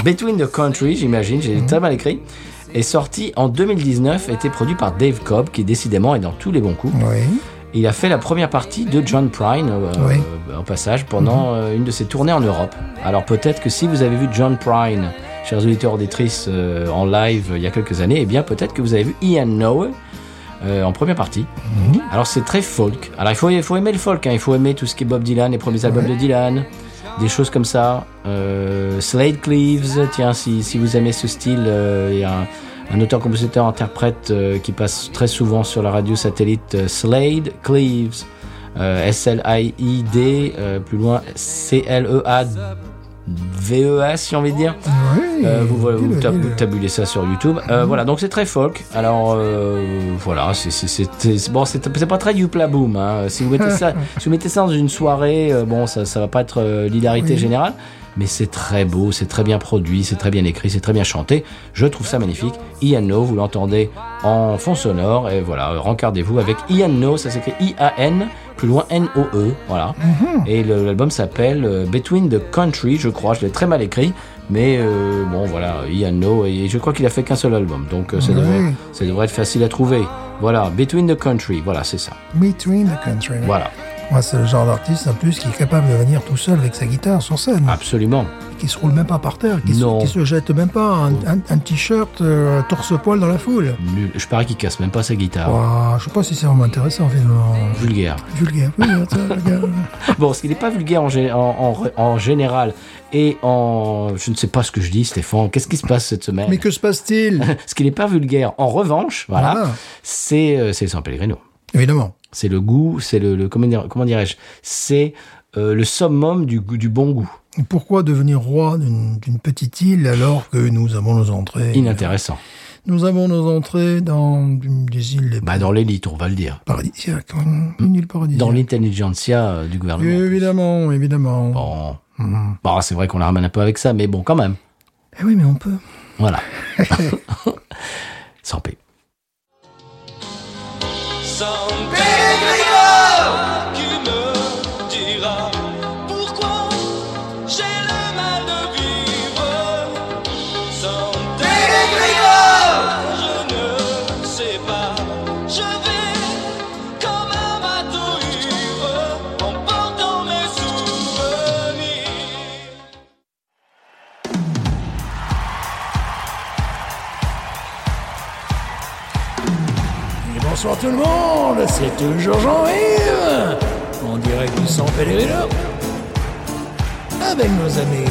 B: Between the Country, j'imagine, j'ai très mal écrit. Est sorti en 2019, était produit par Dave Cobb, qui décidément est dans tous les bons coups.
A: Oui.
B: Il a fait la première partie de John Prine, euh,
A: Oui.
B: euh, au passage, pendant euh, une de ses tournées en Europe. Alors peut-être que si vous avez vu John Prine, chers auditeurs auditrices, euh, en live euh, il y a quelques années, eh bien peut-être que vous avez vu Ian Noe euh, en première partie. Alors c'est très folk. Alors il faut, il faut aimer le folk, hein. il faut aimer tout ce qui est Bob Dylan, les premiers albums de Dylan, des choses comme ça. Euh, Slade Cleaves, tiens, si, si vous aimez ce style, euh, il y a un, un auteur-compositeur-interprète euh, qui passe très souvent sur la radio satellite euh, Slade Cleaves. Euh, S-L-I-I-D, euh, plus loin E C-L-E-A-V-E-S, E si j'ai envie de dire.
A: Oui.
B: Euh, vous, voilà, vous
A: dis-le,
B: tab-
A: dis-le. Mhm.
B: vous tabulez ça sur YouTube. Euh, Voilà, donc c'est très folk. Alors euh, voilà, c'est- c'est- c'est c'est- bon, c'est c'est pas très Youpla Boom. hein. Si vous
A: (laughs)
B: mettez ça, si vous mettez ça dans une soirée, euh, bon, ça, ça va pas être euh, l'hilarité
A: Oui.
B: générale, mais c'est très beau, c'est très bien produit, c'est très bien écrit, c'est très bien chanté. Je trouve ça magnifique. Ian No, vous l'entendez en fond sonore et voilà, rencardez-vous avec Ian No, ça s'écrit I-A-N, plus loin N-O-E, voilà.
A: Mhm.
B: Et le- l'album s'appelle euh, Between the Country, je crois, je l'ai très mal écrit, mais euh, bon voilà, Ian No, et je crois qu'il a fait qu'un seul album, donc euh, ça,
A: Oui.
B: devrait, ça devrait être facile à trouver. Voilà, Between the Country, voilà, c'est ça.
A: Between the Country. oui.
B: Voilà,
A: Moi, c'est le genre d'artiste en plus qui est capable de venir tout seul avec sa guitare sur scène,
B: absolument.
A: qui se roule même pas par terre, qui, se,
B: Ah. Non.
A: qui se jette même pas, un, un- un t-shirt euh, torse-poil dans la foule.
B: Nul. Je parie qu'il casse même pas sa guitare.
A: Ouah, je sais pas si c'est vraiment intéressant finalement.
B: Vulgaire. (laughs)
A: Vulgaire, oui, hein, attends, regarde.
B: Bon, parce qu'il n'est pas vulgaire en, gé- en- en- en général et en... Je ne sais pas ce que je dis, Stéphane. Qu'est-ce qui se passe cette semaine
A: Mais que se passe-t-il
B: (laughs) Ce qui n'est pas vulgaire, en revanche, voilà,
A: Voilà.
B: c'est euh, c'est San Pellegrino.
A: Évidemment.
B: C'est le goût, c'est le, le- comment dire- comment dirais-je C'est euh, le summum du, goût- du bon goût.
A: Pourquoi devenir roi d'une d'une petite île alors que nous avons nos entrées
B: Inintéressant.
A: Nous avons nos entrées dans des îles des
B: Bah, dans l'élite, on va le dire.
A: paradisiaques. hein. Une île paradisiaque.
B: Dans l'intelligentsia euh, du gouvernement.
A: Évidemment, évidemment.
B: Bon, Bon, c'est vrai qu'on la ramène un peu avec ça, mais bon, quand même.
A: Eh oui, mais on peut.
B: Voilà. (laughs) Sans paix.
D: San Pellegrino, qui me dira pourquoi j'ai le mal de vivre. San Pellegrino, je ne sais pas, je vais comme un bateau ivre en portant mes souvenirs.
A: Et bonsoir tout le monde, c'est toujours Jean-Yves, en direct du San Pellegrino, avec nos amis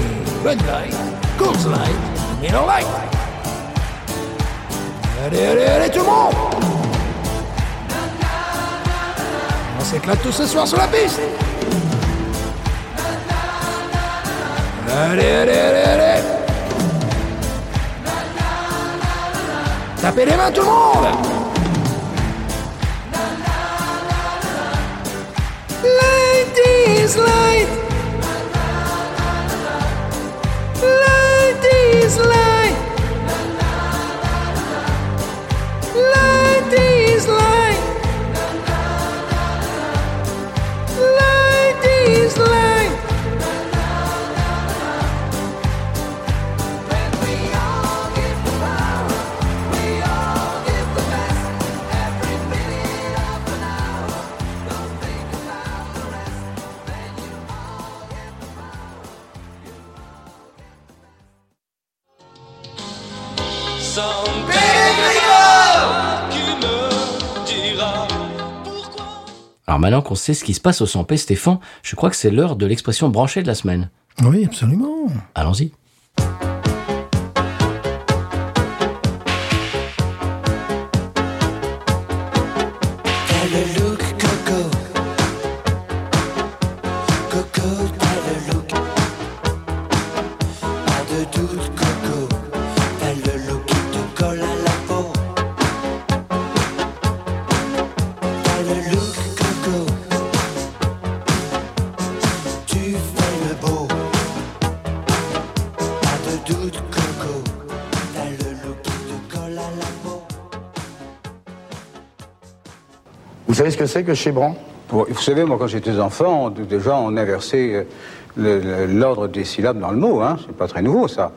A: Bud Light, Coors Light, Miller Light. Allez, allez, allez tout le monde On s'éclate tous ce soir sur la piste Allez, allez, allez, allez Tapez les mains tout le monde Light is light Light is light. Light is light. Light
D: Sans Pédégrigore Qui me dira pourquoi
B: Alors maintenant qu'on sait ce qui se passe au 100p, Stéphane, je crois que c'est l'heure de l'expression branchée de la semaine.
A: Oui, absolument.
B: Allons-y.
E: T'as le look coco Coco, t'as le look Pas de doute coco T'as le look qui te colle à la peau T'as le look coco Tu fais le beau Pas de doute coco T'as le look qui te colle à la peau
F: Vous savez ce que c'est que Chébran
G: Bon, vous savez, moi, quand j'étais enfant, on- déjà, on inversait euh, le- le- l'ordre des syllabes dans le mot. Hein. C'est pas très nouveau, ça.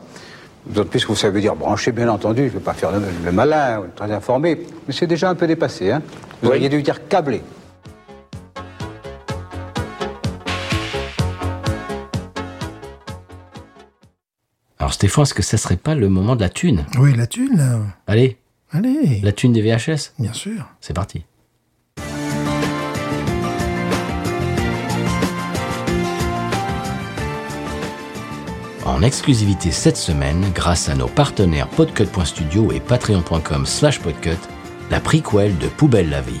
G: D'autant plus que vous savez dire branché, bien entendu. Je ne vais pas faire le, le malin, ou le très informé. Mais c'est déjà un peu dépassé. Hein. Vous auriez dû dire câblé.
B: Alors Stéphane, est-ce que ça serait pas le moment de la thune
A: Oui, la thune, là.
B: Allez,
A: Allez,
B: la thune des VHS,
A: bien sûr.
B: c'est parti. En exclusivité cette semaine, grâce à nos partenaires podcut.studio et patreon.com slash podcut, la prequel de Poubelle la vie.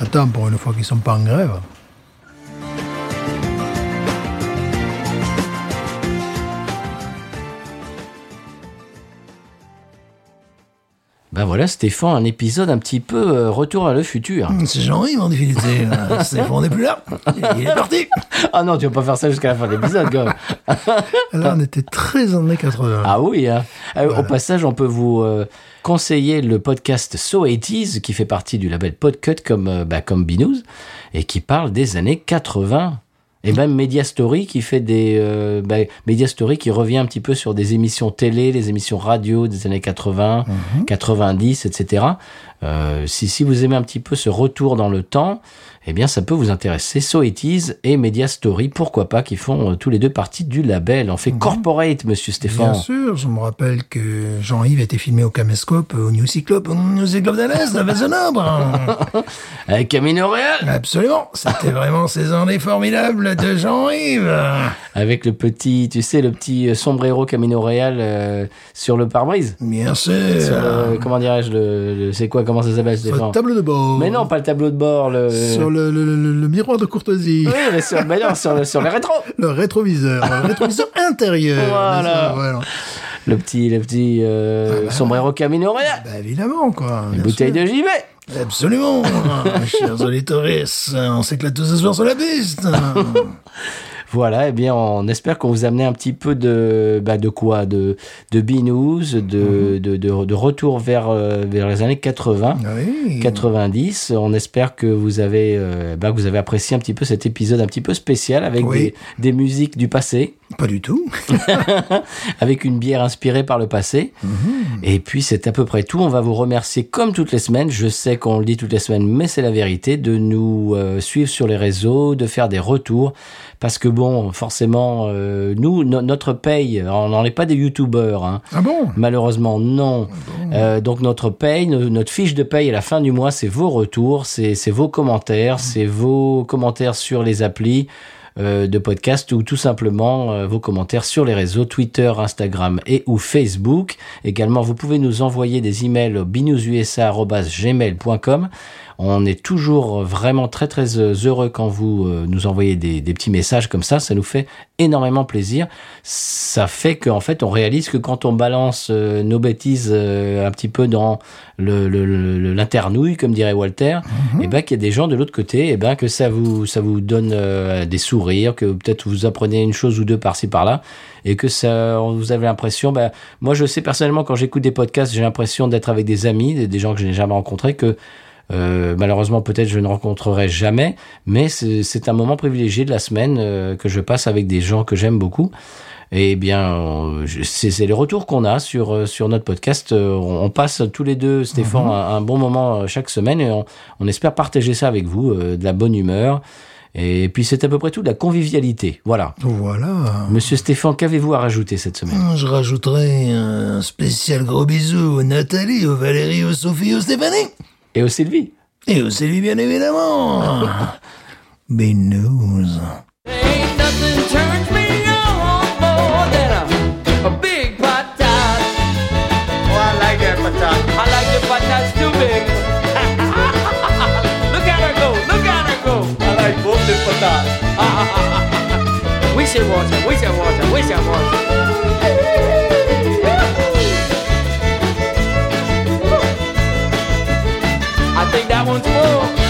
A: Attends, pour une fois qu'ils sont pas en grève.
B: Ben voilà Stéphane, un épisode un petit peu euh, retour à le futur.
A: C'est Jean-Yves en (laughs) définitive. C'est bon, on n'est plus là. Il est parti.
B: Ah non, tu vas pas faire ça jusqu'à la fin de l'épisode, quand même.
A: Là, on était très en années 80.
B: Ah oui, hein. Euh, au passage, on peut vous euh, conseiller le podcast So 80s qui fait partie du label Podcut comme, euh, bah, comme Binous et qui parle des années 80. Et même Media Story qui fait des euh, bah, Media Story qui revient un petit peu sur des émissions télé, des émissions radio des années 80, 90, etc. Euh, si si vous aimez un petit peu ce retour dans le temps, eh bien ça peut vous intéresser. So 80s et Media Story, pourquoi pas, qui font euh, tous les deux partie du label. On fait corporate, Monsieur Stéphane.
A: Bien sûr, je me rappelle que Jean-Yves était filmé au caméscope, au New Cyclope, au New Cyclope d'Alès, la base (laughs) nombre.
B: Avec Camille Noréal
A: Absolument, c'était vraiment ces années formidables de Jean-Yves.
B: Avec le petit, tu sais, le petit euh, sombrero Camino Real euh, sur le pare-brise.
A: Bien
B: Sur
A: sûr.
B: le- comment dirais-je le, le- C'est quoi Comment ça s'appelle
A: Euh, Sur
B: Stéphane
A: le euh, table de bord.
B: Mais non, pas le tableau de bord. Le...
A: Sur le, le- le- le- le miroir de courtoisie.
B: Oui, mais sur, mais non, sur, le, sur le rétro.
A: Le rétroviseur. (laughs) Le rétroviseur intérieur.
B: Voilà.
A: Voilà.
B: Le petit, le petit euh, sombrero Camino Real.
A: Bah, évidemment, quoi.
B: Une
A: Bien
B: bouteille
A: sûr.
B: de givet.
A: Absolument. Chers auditeurs, on s'éclate tous ce soir sur la piste.
B: Voilà, eh bien, on espère qu'on vous a amené un petit peu de, bah, de quoi De, de binous, de,
A: Mm-hmm.
B: de, de, de retour vers, euh, vers les années 80.
A: oui.
B: 90. On espère que vous avez, euh, bah, que vous avez apprécié un petit peu cet épisode un petit peu spécial avec
A: Oui.
B: des, des musiques du passé,
A: Pas du tout.
B: avec une bière inspirée par le passé. Et puis c'est à peu près tout. On va vous remercier comme toutes les semaines. Je sais qu'on le dit toutes les semaines, mais c'est la vérité de nous euh, suivre sur les réseaux, de faire des retours, parce que bon, forcément, euh, nous no- notre paye, on n'en est pas des youtubeurs. hein.
A: Ah bon
B: Malheureusement, non. Euh, donc notre paye, no- notre fiche de paye à la fin du mois, c'est vos retours, c'est c'est vos commentaires, c'est vos commentaires sur les applis euh, de podcast ou tout simplement euh, vos commentaires sur les réseaux Twitter, Instagram et ou Facebook. Également, vous pouvez nous envoyer des emails au binoususa@gmail.com. On est toujours vraiment très très heureux quand vous euh, nous envoyez des, des petits messages comme ça, ça nous fait énormément plaisir. Ça fait qu'en fait on réalise que quand on balance euh, nos bêtises euh, un petit peu dans le- le- le- l'internouille, comme dirait Walter, et ben qu'il y a des gens de l'autre côté, et ben que ça vous ça vous donne euh, des sourires, que peut-être vous apprenez une chose ou deux par-ci par-là, et que ça vous avez l'impression, ben moi je sais personnellement quand j'écoute des podcasts, j'ai l'impression d'être avec des amis, des, des gens que je n'ai jamais rencontrés, que Euh, malheureusement, peut-être je ne rencontrerai jamais, mais c'est c'est un moment privilégié de la semaine euh, que je passe avec des gens que j'aime beaucoup. Et Eh bien, on- je- c'est c'est les retours qu'on a sur euh, sur notre podcast. Euh, On, on passe tous les deux, Stéphane, un, un bon moment euh, chaque semaine, et on, on espère partager ça avec vous, euh, de la bonne humeur. Et puis c'est à peu près tout de la convivialité. Voilà.
A: Oh. Voilà.
B: Monsieur Stéphane, qu'avez-vous à rajouter cette semaine
A: Je rajouterai un spécial gros bisou aux Nathalie, aux Valérie, aux Sophie, aux Stéphanie.
B: Et au Sylvie
A: Et aux Sylvie, bien évidemment.
B: (laughs)
A: Binouze.
H: Ain't nothing turns me on more than a, a big patat. Oh, I like that patat. I like the patats too big. (laughs) look at her go, look at her go. I like both the (laughs) patats. we should watch her, we should watch her, we should watch her. I think that one's full.